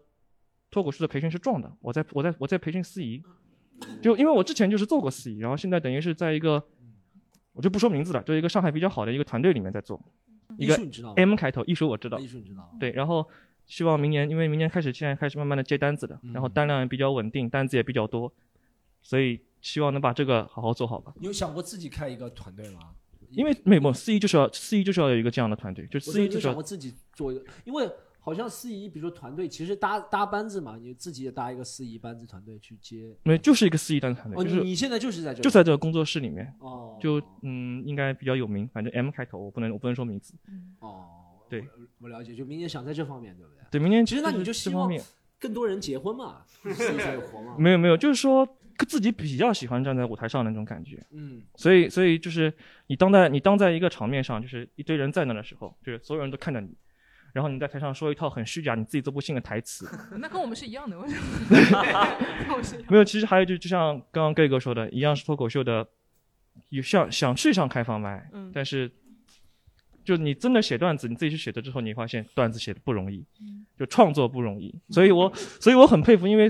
脱口秀的培训是撞的，我在我在我在培训司仪，嗯就因为我之前就是做过司仪，然后现在等于是在一个我就不说名字了，就是一个上海比较好的一个团队里面在做，一个嗯艺术你知道吗 M 开头，艺术我知道，艺术你知道对，然后希望明年，因为明年开始现在开始慢慢的接单子的，然嗯后单量也比较稳定，单子也比较多，所以希望能把这个好好做好吧。你有想过自己开一个团队吗？因为没有没有司仪就是要司仪就是要有一个这样的团队，就我司仪就就是有想要过自己做一个，因为好像司仪，比如说团队，其实搭搭班子嘛，你自己也搭一个司仪班子团队去接。没有就是一个司仪单团队，哦就是你你现在就是在这里就在这个工作室里面哦就嗯应该比较有名，反正 M 开头，我不能我不能说名字，哦，对我了解，就明年想在这方面，对不对？对，明年其实那你就这希方望面更多人结 婚嘛，司仪才有活嘛。没有没有，就是说自己比较喜欢站在舞台上的那种感觉，嗯所以所以就是你当在你当在一个场面上，就是一堆人在那的时候，就是所有人都看着你，然后你在台上说一套很虚假你自己都不信的台词，那跟我们是一样的，我觉得跟我们是一样的没有，其实还有就就像刚刚 gay 哥说的，一样是脱口秀的，有想想去上开放麦，嗯但是就你真的写段子，你自己去写的之后，你会发现段子写的不容易，就创作不容易，所以我所以我很佩服，因为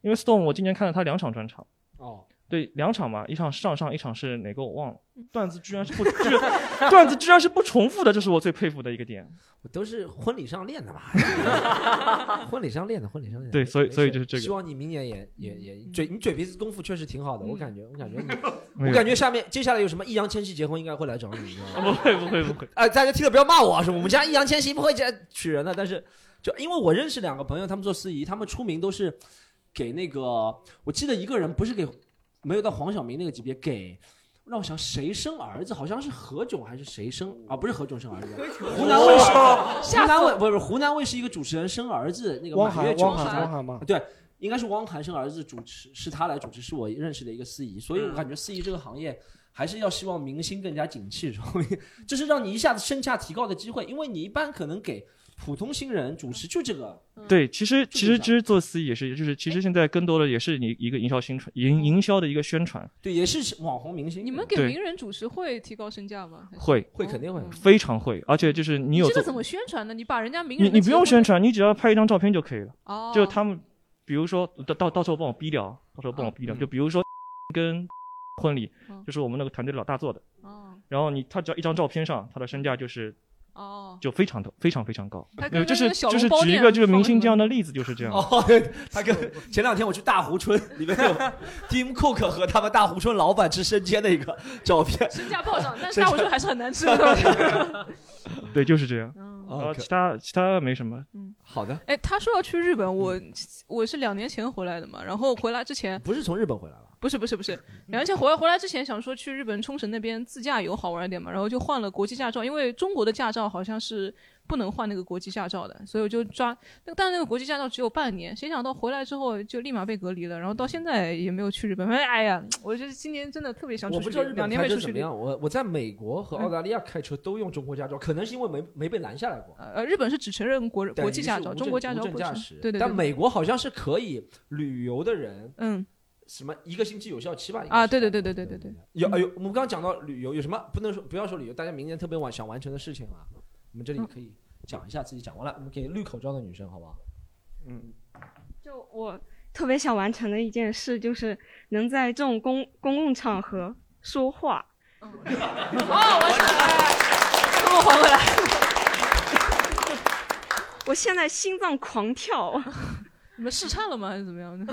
因为 Stone 我今年看了他两场专场，哦，对，两场嘛，一场是上上，一场是哪个我忘了，段子居然是不 就是段子居然是不重复的，这是我最佩服的一个点。我都是婚礼上练的嘛，婚礼上练的，婚礼上练的。对所以没事所以就是这个希望你明年也也也嘴，你嘴皮子功夫确实挺好的，我感觉，我感觉没你，有 我感觉下面接下来有什么易烊千玺结婚应该会来找你，你知道吗？ 不会不会不会， 哎，大家听了不要骂我啊，是吧我们家易烊千玺不会这娶人的，但是就因为我认识两个朋友，他们做司仪，他们出名都是给那个，我记得一个人不是给，没有到黄晓明那个级别，给让我想谁生儿子，好像是何炅还是谁生啊？不是何炅生儿子，湖南卫视，湖南卫不是不是湖南卫视一个主持人生儿子，那个汪满月涵酒汪涵是他啊汪涵吗对。应该是汪涵生儿子主持，是他来主持，是我认识的一个司仪，所以我感觉司仪这个行业还是要希望明星更加景气，然后 就是让你一下子身价提高的机会，因为你一般可能给普通新人主持就这个，对，其实其实其这实做司仪也是，就是其实现在更多的也是你一个营销宣传，营营销的一个宣传，对，也是网红明星。你们给对名人主持会提高身价吗？还是会会肯定哦会非常会，而且就是你有哦这做个怎么宣传呢？你把人家名你人你不用宣传，你只要拍一张照片就可以了。哦就他们，比如说到到到时候帮我逼掉啊，到时候帮我逼掉。就比如说跟婚礼嗯，就是我们那个团队老大做的。哦然后你他只要一张照片上，他的身价就是哦，就非常的非常非常高还。没有，就跟那是个小就笼是包举一店个就是放明什星么这样的例子就是这样。哦， 他跟前两天我去大湖村， 里面有 Tim Cook 和他们大湖村老板吃生煎的一 个照片，身价 暴涨，但是大伙说还是很难吃的东西。 对，就是这样。嗯然后其他其他没什么。哦好的。哎，他说要去日本，我我是两年前回来的嘛，然后回来之前 嗯不是从日本回来了，不是不是不是，而且回来回来之前想说去日本冲绳那边自驾游好玩一点嘛，然后就换了国际驾照，因为中国的驾照好像是不能换那个国际驾照的，所以我就抓，那但那个国际驾照只有半年，谁想到回来之后就立马被隔离了，然后到现在也没有去日本，反正哎呀，我觉得今年真的特别想出我不去旅知游，道日两本年开没车出怎去么旅游。嗯样，我我在美国和澳大利亚开车都用中国驾照，可能是因为没没被拦下来过。呃，日本是只承认国等国际于驾是照，无中证国驾无照证不驾是驶。对对对。但美国好像是可以旅游的人，嗯，什么一个星期有效期吧？应该啊，是对对对对对对对。嗯 有 哎呦，我们刚刚讲到旅游，有什么不能说不要说旅游，大家明年特别晚想完成的事情啊，我们这里嗯可以讲一下自己讲完了，我们给绿口罩的女生好不好？嗯，就我特别想完成的一件事，就是能在这种公公共场合说话。哦，我想，我还回来。我现在心脏狂跳。你们试唱了吗？还是怎么样的？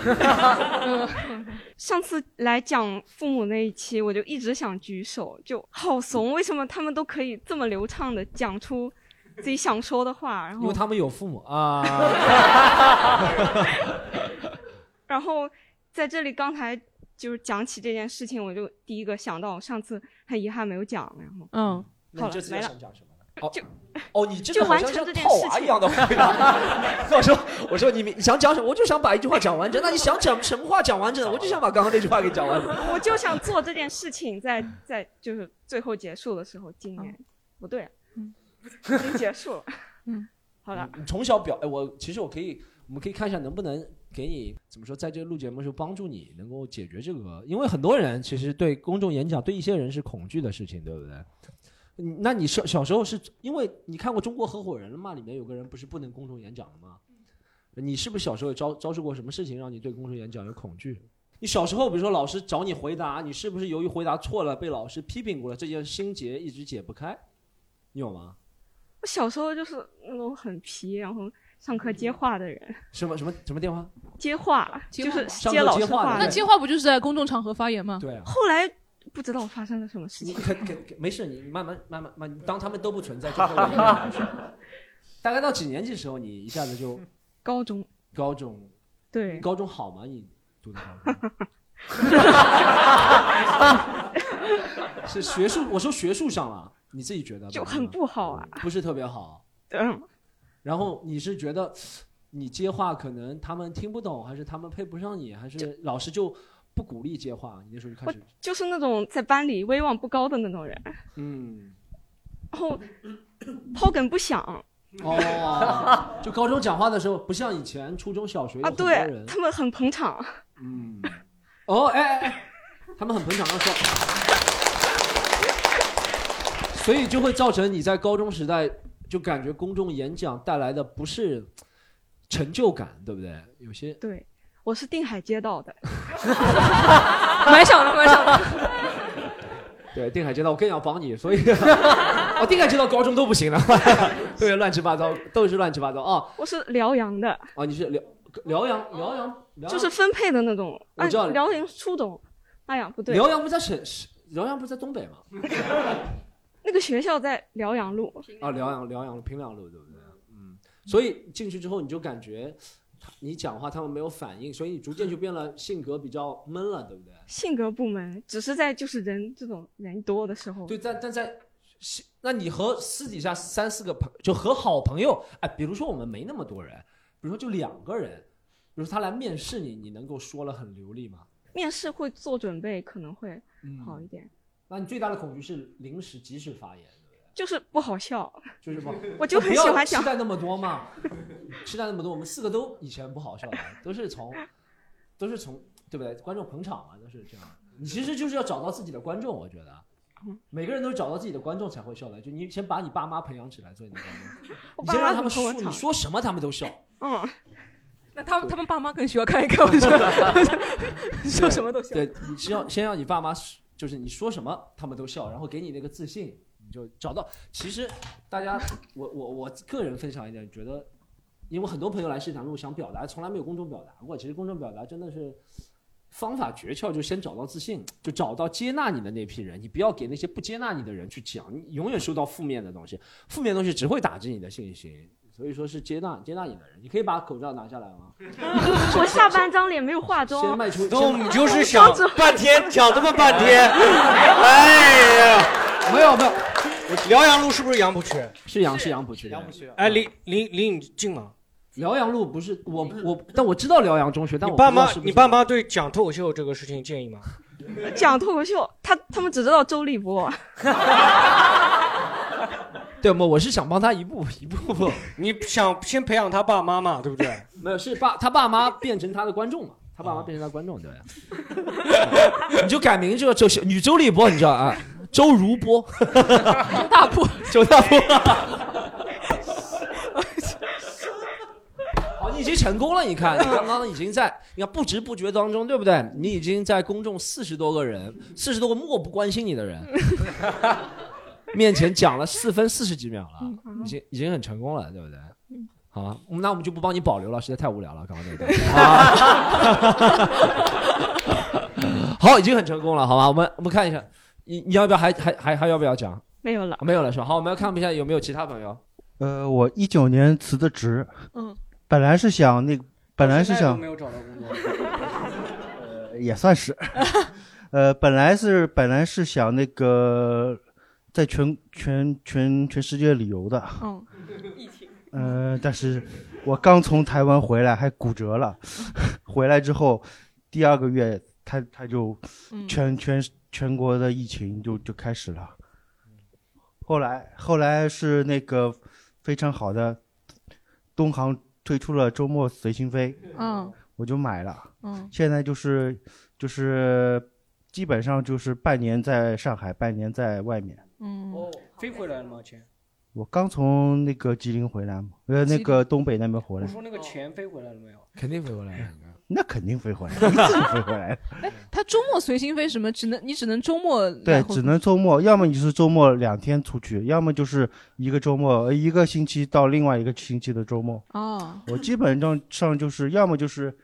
上次来讲父母那一期，我就一直想举手，就好怂。为什么他们都可以这么流畅的讲出自己想说的话？然因后为他们有父母 啊。 然后在这里刚才就是讲起这件事情，我就第一个想到上次很遗憾没有讲，然后嗯，那好你这了次没要了想，讲什么呢？哦，哦，你这就个好完像成像这件套事娃情一样的回答。 我说，我说你你想讲什么？我就想把一句话讲完整。那你想讲什么话讲完整？我就想把刚刚那句话给讲完整。我就想做这件事情在，在就是最后结束的时候，今年、不对、啊 已经结束了。嗯，好了，你从小表，哎，我其实我可以，我们可以看一下能不能给你怎么说，在这个录节目的时候帮助你能够解决这个，因为很多人其实对公众演讲，对一些人是恐惧的事情，对不对？嗯那你小小时候是因为你看过《中国合伙人》了吗？里面有个人不是不能公众演讲了吗？你是不是小时候有遭遭受过什么事情，让你对公众演讲有恐惧？你小时候，比如说老师找你回答，你是不是由于回答错了被老师批评过了，这件心结一直解不开？你有吗？我小时候就是那种很皮，然后上课接话的人，什么什么什么电话？接话接就话是上接课老接师话的的那人接话不就是在公众场合发言吗？对啊。后来不知道发生了什么事情。没事，你你慢慢慢慢慢，你当他们都不存在。就会有一个人来大概到几年级的时候，你一下子就高中高中对高中好吗？你读的高中 是学术，我说学术上了，你自己觉得就很不好啊。不是特别好。嗯。 然后你是觉得你接话可能他们听不懂，还是他们配不上你，还是老师就不鼓励接话？你那时候就开始就是那种在班里威望不高的那种人，嗯然 后抛梗不响哦，就高中讲话的时候不像以前初中小学有啊，很多对人他们很捧场，嗯，哦，哎哎哎，他们很捧场要说，所以就会造成你在高中时代就感觉公众演讲带来的不是成就感，对不对？有些对我是定海街道 的，蛮想的，蛮想的。 对定海街道，我更要帮你，所以 哦，定海街道高中都不行了， 都是乱七八糟，都是乱七八糟啊我是辽阳的，啊！你是辽辽阳辽阳，辽阳就是分配的那种，我知道哎辽宁初中，哎呀不对，辽阳不在省，是辽阳不在东北吗？那个学校在辽阳路，啊，辽阳辽阳平凉路，对不对？嗯，所以进去之后你就感觉他你讲话他们没有反应，所以你逐渐就变了性格比较闷了，对不对？性格不门，只是在就是人这种人多的时候，对，但但在那你和私底下三四个朋就和好朋友，哎，比如说我们没那么多人，比如说就两个人，比如说他来面试你，你能够说了很流利吗？面试会做准备，可能会嗯好一点，那你最大的恐惧是临时即时发言，就是不好笑，就是 不我就很不要喜欢讲期待那么多嘛， 期待那么多，我们四个都以前不好笑的，都是从都是从对不对？观众捧场嘛，都是这样。你其实就是要找到自己的观众，我觉得每个人都是找到自己的观众才会笑的。就你先把你爸妈培养起来做你的观众， 我你爸先妈让他们很捧说我你场说什么他们都笑。嗯，那他们他们爸妈更需要看一看，我觉 得说什么都行。对，你先要先让你爸妈，就是你说什么他们都笑，然后给你那个自信，你就找到。其实大家，我我我个人分享一点，觉得，因为很多朋友来市场路想表达，从来没有公众表达过。其实公众表达真的是方法诀窍就先找到自信，就找到接纳你的那批人，你不要给那些不接纳你的人去讲，你永远收到负面的东西，负面的东西只会打击你的信心。所以说是接纳接纳你的人，你可以把口罩拿下来 吗？ 我下半张脸没有化妆，先迈出，你就是想半天讲这么半天，哎呀，没有没有，辽阳路是不是杨浦区？是杨是杨浦区的，杨浦区哎，离离离你近吗？辽阳路不是我我，但我知道辽阳中学，但你我爸不知道妈是不你是爸妈对讲脱口秀这个事情建议吗？讲脱口秀，他他们只知道周立 波，对我我是想帮他一步一步步， 你想先培养他爸妈嘛，对不 对？没有是爸他爸妈变成他的观众嘛，他爸妈变成他观众对。你就改名这个周女周立波，你知道啊？周如波，周大波，周大波。 好，你已经成功了，你看，你刚刚已经在，你看不知不觉当中，对不对？你已经在公众四十多个人，四十多个漠不关心你的人面前讲了四分四十几秒了，已经已经很成功了，对不对？好啊，那我们就不帮你保留了，实在太无聊了，刚刚那个。啊 好，已经很成功了，好吧？我们我们看一下，你你要不要还还还还要不要讲？没有了， 没有了是吧？好，我们要看一下有没有其他朋友。呃，我一九年辞的职，嗯，本来是想那个，本来是现在都想没有找到工作， 也算是， 呃，本来是本来是想那个在全全全全世界旅游的，嗯， 呃，但是我刚从台湾回来还骨折了， 回来之后第二个月他他就嗯全、全全国的疫情就就开始了，后来后来是那个非常好的东航推出了周末随心飞，嗯，我就买了，嗯现在就是就是基本上就是半年在上海，半年在外面。嗯，哦，飞回来了吗？钱？我刚从那个吉林回来嘛，呃，吉那林个东北那边回我来，说那个钱飞回来了没有？肯定飞回来，那肯定飞回来，一定飞回 来。哎他周末随心飞什么，只能你只能周末来对，回只能周末，要么你是周末两天出去，要么就是一个周末，呃一个星期到另外一个星期的周末。哦，我基本上上就是，要么就是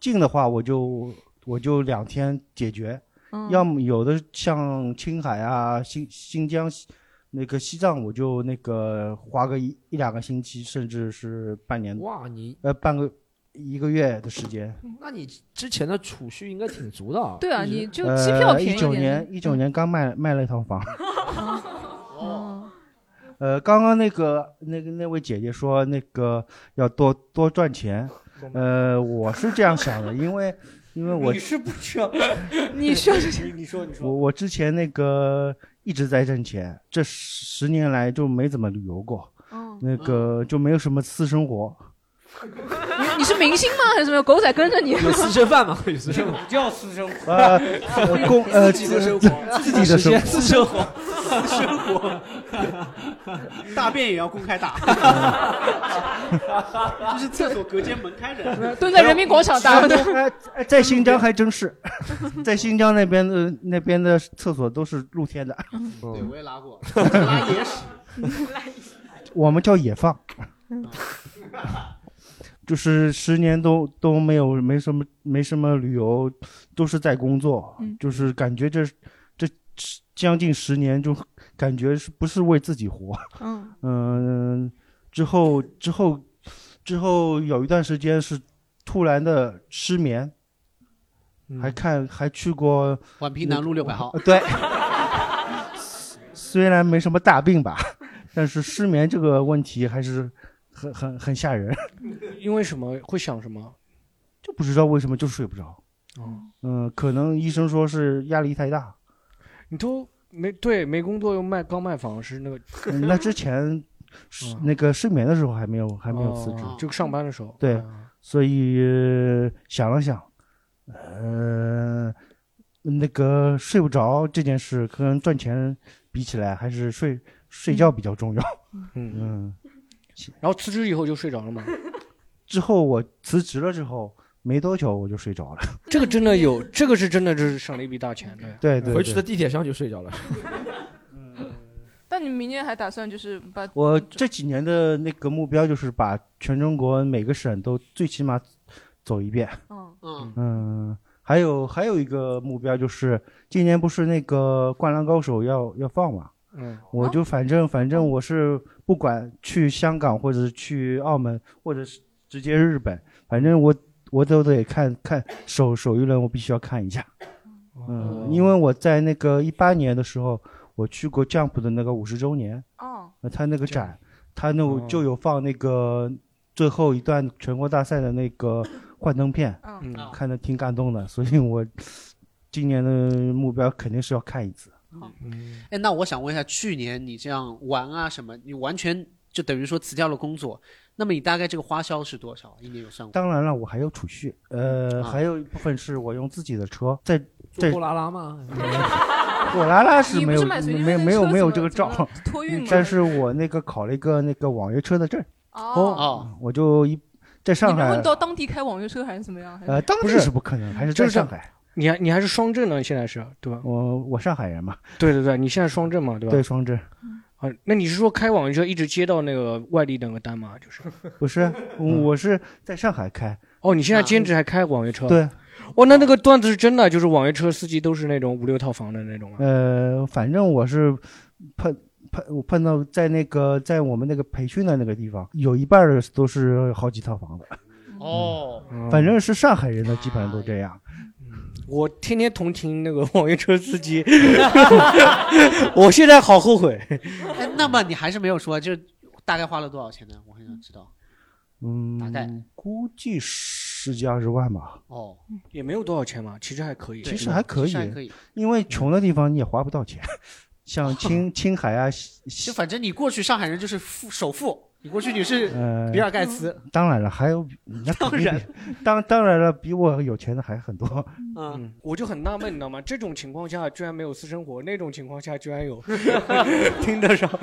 近的话，我就我就两天解决；嗯要么有的像青海啊、新新疆、西那个西藏，我就那个花个一一两个星期，甚至是半年。哇你呃半个一个月的时间。那你之前的储蓄应该挺足的啊。对啊你就呃，机票便宜一九点嗯年一九年刚卖卖了一套房。 哦，呃，刚刚那个那个那位姐姐说那个要多多赚钱，呃，我是这样想的，因为因为我你是不需要，你需要这你你说你说，我我之前那个一直在挣钱，这十年来就没怎么旅游过，哦那个就没有什么私生活，你你是明星吗？还是什么？狗仔跟着你？饭吗？有私生不叫私生活，呃，呃公呃自己的生活，自己的生活，私生活，私生活， 大便也要公开打， 就是厕所隔间门开着，蹲在人民广场打呃呃呃在新嗯疆还真是， 在新疆那边的那边的厕所都是露天的， 对，我也拉过，拉野屎，我们叫野放，嗯 就是十年都都没有没什么没什么旅游，都是在工作，嗯就是感觉这这将近十年就感觉是不是为自己活？嗯 嗯之后之后之后有一段时间是突然的失眠，还看还去过宛平嗯南路那六百号呃对。 虽然没什么大病吧，但是失眠这个问题还是很很很吓人，因为什么会想什么？就不知道为什么就睡不着。嗯，可能医生说是压力太 大。你都没对没工作又卖刚卖房是那个，嗯那之前是那个失眠的时候还没有还没有辞职，啊哦就上班的时候，啊对，所以呃想了想，呃，那个睡不着这件事跟赚钱比起来，还是睡睡觉比较重要。嗯，然后辞职以后就睡着了吗？之后我辞职了之后没多久我就睡着了。 这个真的有，这个是真的，就是省了一笔大钱，对对回回去去的的地地铁上就睡着了。但你明年还打算就是把我这几年的那个目标就是把全中国每个省都最起码走一遍。嗯嗯嗯，还有还有一个目标就是今年不是那个《灌篮高手要》要放嘛，嗯，我就反正反正我是不管去香港或者是去澳门，或者是直接日本，反正我我都得看看首首一轮，我必须要看一下。嗯，因为我在那个一八年的时候，我去过 Jump 的那个五十周年，哦，他那个展，他那个就有放那个最后一段全国大赛的那个幻灯片，嗯嗯看的挺感动的，所以我今年的目标肯定是要看一次。哎，那我想问一下，去年你这样玩啊什么，你完全就等于说辞掉了工作，那么你大概这个花销是多少？一年有算过？当然了，我还有储蓄，呃，还有一部分是我用自己的车，在在坐货拉 拉吗？火拉拉是没有你不是买随身没有的没有车没有怎这么个照 嗯托运吗，但是我那个考了一个那个网约车的证，嗯哦，我就一在上你们海呃会，到当地开网约车还是怎么样？还是地是不可能，还是在上海。你还你还是双证呢，现在是对吧？我我上海人嘛。对对对，你现在双证嘛，对吧？对双证。啊，那你是说开网约车一直接到那个外地那个单吗？就是不是，嗯嗯我是在上海开。哦，你现在兼职还开网约车？对。哦，那那个段子是真的，就是网约车司机都是那种五六套房的那种吗？呃，反正我是碰碰我碰到在那个在我们那个培训的那个地方，有一半儿都是好几套房子，哦，嗯反正是上海人的基本上都哎这样。我天天同情那个网约车司机， 我现在好后悔。哎，那么你还是没有说，就是大概花了多少钱呢？我很想知道。嗯，大概估计十几二十万吧。哦，也没有多少钱嘛，其实还可以。嗯其实还可以，以因为穷的地方你也花不到钱， 像青青海啊，西就反正你过去上海人就是富首富，你过去你是 呃，比尔盖茨。当然了，还有那肯定当比当当然了，比我有钱的还很多。嗯，我就很纳闷，你知道吗？这种情况下居然没有私生活，那种情况下居 然有，听得上。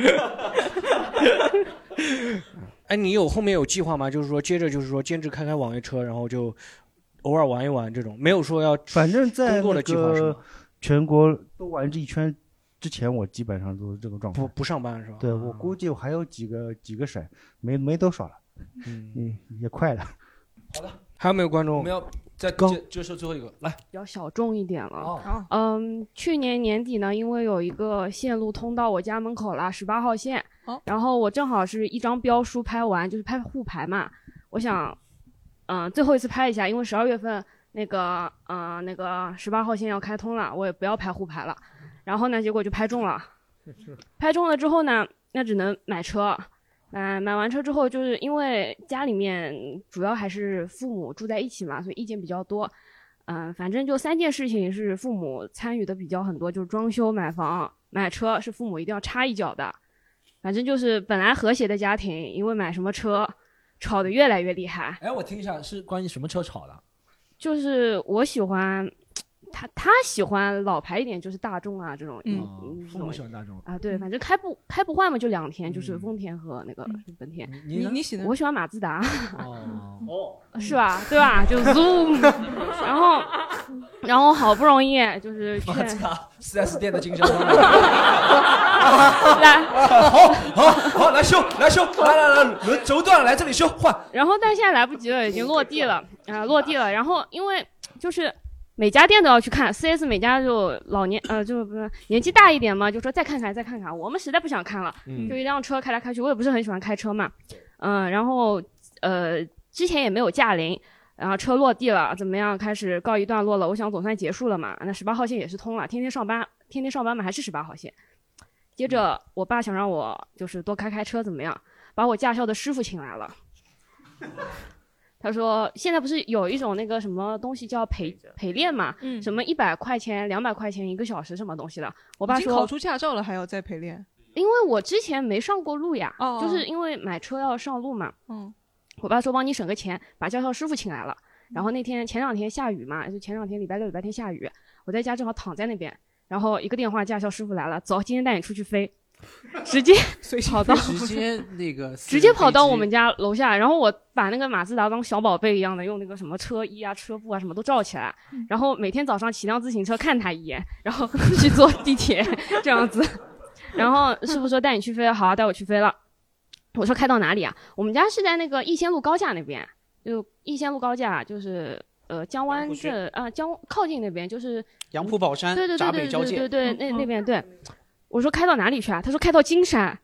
哎，你有后面有计划吗？就是说，接着就是说，兼职开开网约车，然后就偶尔玩一玩这种，没有说要反正在工作那的计划是吗个？全国都玩这一圈之前，我基本上都是这个状态。不不上班是吧？啊对，我估计我还有几个几个省，没没多少了，嗯，也快了。还有没有观众？我们要再刚接接受最后一个来。比较小众一点了。嗯，去年年底呢，因为有一个线路通到我家门口了，十八号线。哦然后我正好是一张标书拍完，就是拍沪牌嘛。我想，嗯、最后一次拍一下，因为十二月份那个，嗯，那个十八号线要开通了，我也不要拍沪牌了。然后呢，结果就拍中了。拍中了之后呢，那只能买车。买买完车之后，就是因为家里面主要还是父母住在一起嘛，所以意见比较多。嗯、反正就三件事情是父母参与的比较很多，就是装修、买房、买车是父母一定要插一脚的。反正就是本来和谐的家庭，因为买什么车，吵得越来越厉害。哎，我听一下是关于什么车吵的？就是我喜欢，他他喜欢老牌一点，就是大众啊这种，嗯嗯，这父母种喜欢大众啊，对，反正开不开不换嘛，就两天，就是丰田和那个本田。嗯你你呢你喜欢？我喜欢马自达。 哦，是吧？对吧？ 就 zoom，然 后，然后好不容易就是去马自达四 S 店的经销商。 来好好好，来修来修，来来来，轮轴断了，来这里修换。然后但现在来不及了，已经落地了啊、落地了。然后因为就是每家店都要去看，4S 每家就老年呃，就不是年纪大一点嘛，就说再看看再看看，我们实在不想看了，嗯就一辆车开来开去，我也不是很喜欢开车嘛，嗯、然后呃之前也没有驾龄。然后车落地了，怎么样？开始告一段落了。我想总算结束了嘛。那十八号线也是通了，天天上班，天天上班嘛，还是十八号线。接着嗯我爸想让我就是多开开车怎么样，把我驾校的师傅请来了。他说现在不是有一种那个什么东西叫陪陪练嘛，嗯什么一百块钱、两百块钱一个小时什么东西的。我爸已经考说，出驾照了还要再陪练？因为我之前没上过路呀，哦就是因为买车要上路嘛。嗯，我爸说帮你省个钱，把驾校师傅请来了。然后那天前两天下雨嘛，就前两天礼拜六、礼拜天下雨，我在家正好躺在那边，然后一个电话，驾校师傅来了，走，今天带你出去飞，直接跑到 直接那个呃私嗯 直接人跑飞到机我们家楼下，然后我把那个马自达当小宝贝一样的，用那个什么车衣啊、车布啊什么都罩起来，然后每天早上骑辆自行车看他一眼，然后 去坐地铁这样子。然后师傅说带你去飞，好、啊带我去飞了。我说开到哪里啊？我们家是在那个逸仙路高架那边，就逸仙路高架，就是呃江湾镇啊江靠近那边，就是杨浦宝山对对对闸北对交界，对对对，那那边对。我说开到哪里去啊？他说开到金山。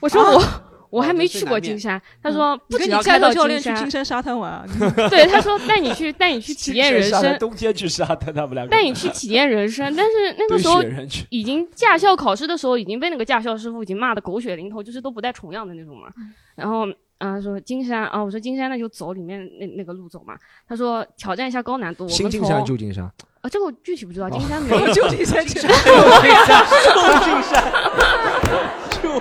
我说我、我还没去过金山。他说不跟只你要开开导到教练去山，金山沙滩玩啊？ 对，他说带你去带你去体验人沙滩生，冬天去沙滩，他们两个带你去体验人生。但是那个时候堆雪人去已经驾校考试的时候，已经被那个驾校师傅已经骂的狗血淋头，就是都不带重样的那种嘛。然后啊、说金山啊，我说金山那就走里面那那个路走嘛。他说挑战一下高难度，我新们晋山、从旧金山，啊，这个我具体不知道，哦金山没有旧金 山旧旧金金山山旧金山，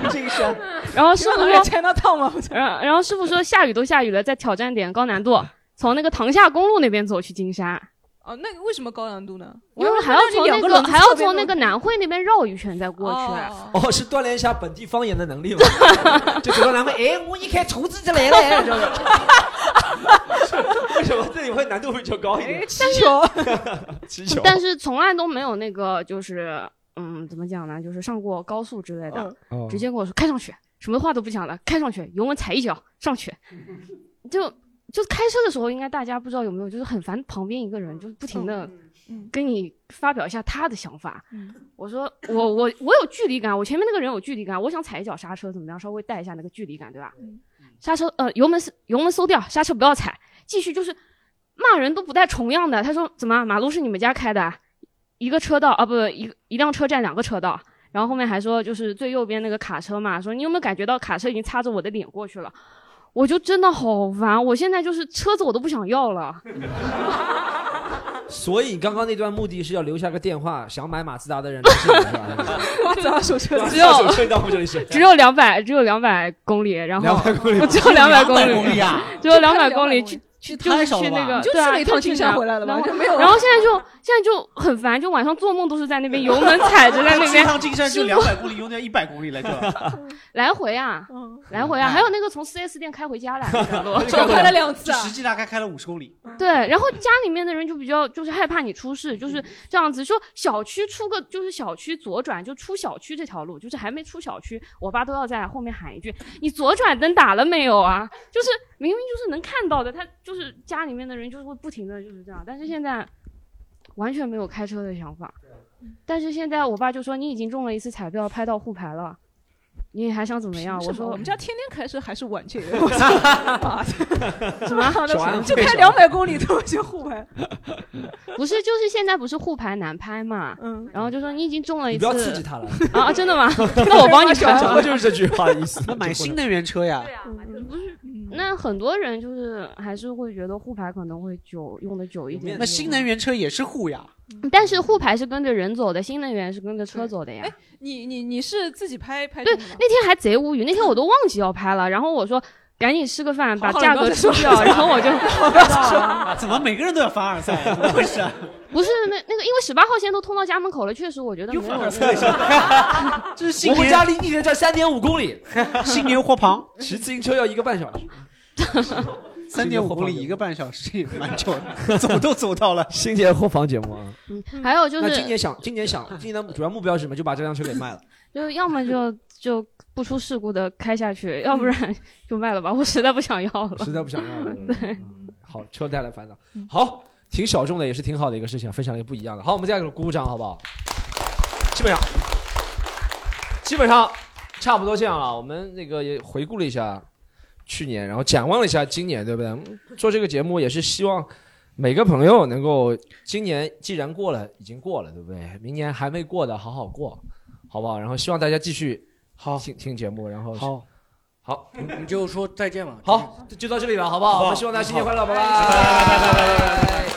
旧金山。 然后师傅你们老在说 China Town 吗？然然后师傅说下雨都下雨了，再挑战点高难度，从那个塘下公路那边走去金山，哦，那为什么高难度呢？因为我还要看到从你两那个个轮子还要侧边从弄那个南汇那边绕一圈再过去。哦，是锻炼一下本地方言的能 力嘛？就走到南非，哎，我一开厨子就来了，知道吗？ 为什么这里会难度会较高一 点？哎但是 祈求，但是从来都没有那个就是嗯，怎么讲呢？就是上过高速之类的，嗯直接跟我说开上去，什么话都不讲了，开上去，油门踩一脚上去，就就开车的时候，应该大家不知道有没有，就是很烦旁边一个人，就是不停的跟你发表一下他的想法。我说我我我有距离感，我前面那个人有距离感，我想踩一脚刹车怎么样，稍微带一下那个距离感，对吧？刹车呃油门油门收掉，刹车不要踩，继续就是骂人都不带重样的。他说怎么马路是你们家开的啊？一个车道啊不一个一辆车占两个车道，然后后面还说就是最右边那个卡车嘛，说你有没有感觉到卡车已经擦着我的脸过去了？我就真的好烦，我现在就是车子我都不想要了。所以刚刚那段目的是要留下个电话，想买马自达的人联系你是吧？ 我早上手车对只有下手车到我们这里 是只有两百，只有两百公里，然后200公里我只有两百公200公里啊只有两百公里去去就太是少了去那吧个你就对啊去了一趟去金那山个回来了吧然后就没有然后现在就现在就很烦，就晚上做梦都是在那边油门踩着在 那去边。趟金山就师两傅百公里，用掉一百公里 来转。来回啊，嗯来回啊，还有那个从 4S 店开回家来的那 路， 啊就实际大概开了五十公里。啊啊对，然后家里面的人就比较就是害怕你出事，就是这样子。说小区出个就是小区左转就出小区这条路，就是还没出小区，我爸都要在后面喊一句：“你左转灯打了没有啊？”就是明明就是能看到的，他就是家里面的人就是会不停的就是这样，但是现在完全没有开车的想法。但是现在我爸就说：“你已经中了一次彩票，拍到沪牌了，你还想怎么样？”凭什我么说：“我们家天天开车还是晚 节， 什啊么啊就开两百公里都去沪牌， 不是，就是现在不是沪牌难拍嘛，嗯，然后就说你已经中了一你次，不要刺激他了啊 啊，真的吗？那我帮你啊拍讲的就是这句话的意思。那买新能源车呀，啊嗯不是，嗯那很多人就是还是会觉得沪牌可能会久用的久一点，那新能源车也是沪呀。但是沪牌是跟着人走的，新能源是跟着车走的呀。哎你你你是自己拍拍对中的，吗那天还贼无语，那天我都忘记要拍了，然后我说赶紧吃个饭，把好了价不要格再出说 掉，了然后我就 不要再说了怎么每个人都要凡尔赛？怎么回事？ 不是那那个，因为十八号线都通到家门口了，确实我觉得没有那 个。这是我们家离地铁站三点五公 里，新年货旁 骑自行车要一个半小时， 三点五公里一个半小时也蛮久的，走都走到了。新年货房节目啊。还有就那今是年想，今年想，今年的主要目标是什么？就把这辆车给卖了。就要么 就就不出事故的开下去，要不然就卖了吧，我实在不想要了，嗯实在不想要 了嗯对，好，车带来烦恼。好，挺小众的，也是挺好的一个事情，分享了一个不一样的。好，我们再给鼓鼓掌，好不好？基本上，基本上差不多这样了。我们那个也回顾了一下去年，然后展望了一下今年，对不对？嗯做这个节目也是希望每个朋友能够，今年既然过了，已经过了，对不对？明年还没过的，好好过，好不好？然后希望大家继续好听听节目，然后好。好，我们就说再见吧。好，就到这里吧，好不好好？我们希望大家新年快乐，拜拜。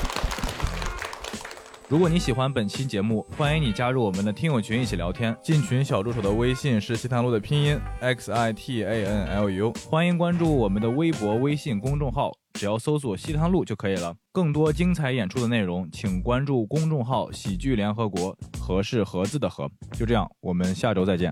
如果你喜欢本期节目，欢迎你加入我们的听友群一起聊天。进群小助手的微信是西塘路的拼音 x i t a n l u，欢迎关注我们的微博、微信公众号，只要搜索西塘路就可以了。更多精彩演出的内容，请关注公众号“喜剧联合国”，和是盒子的和。就这样，我们下周再见。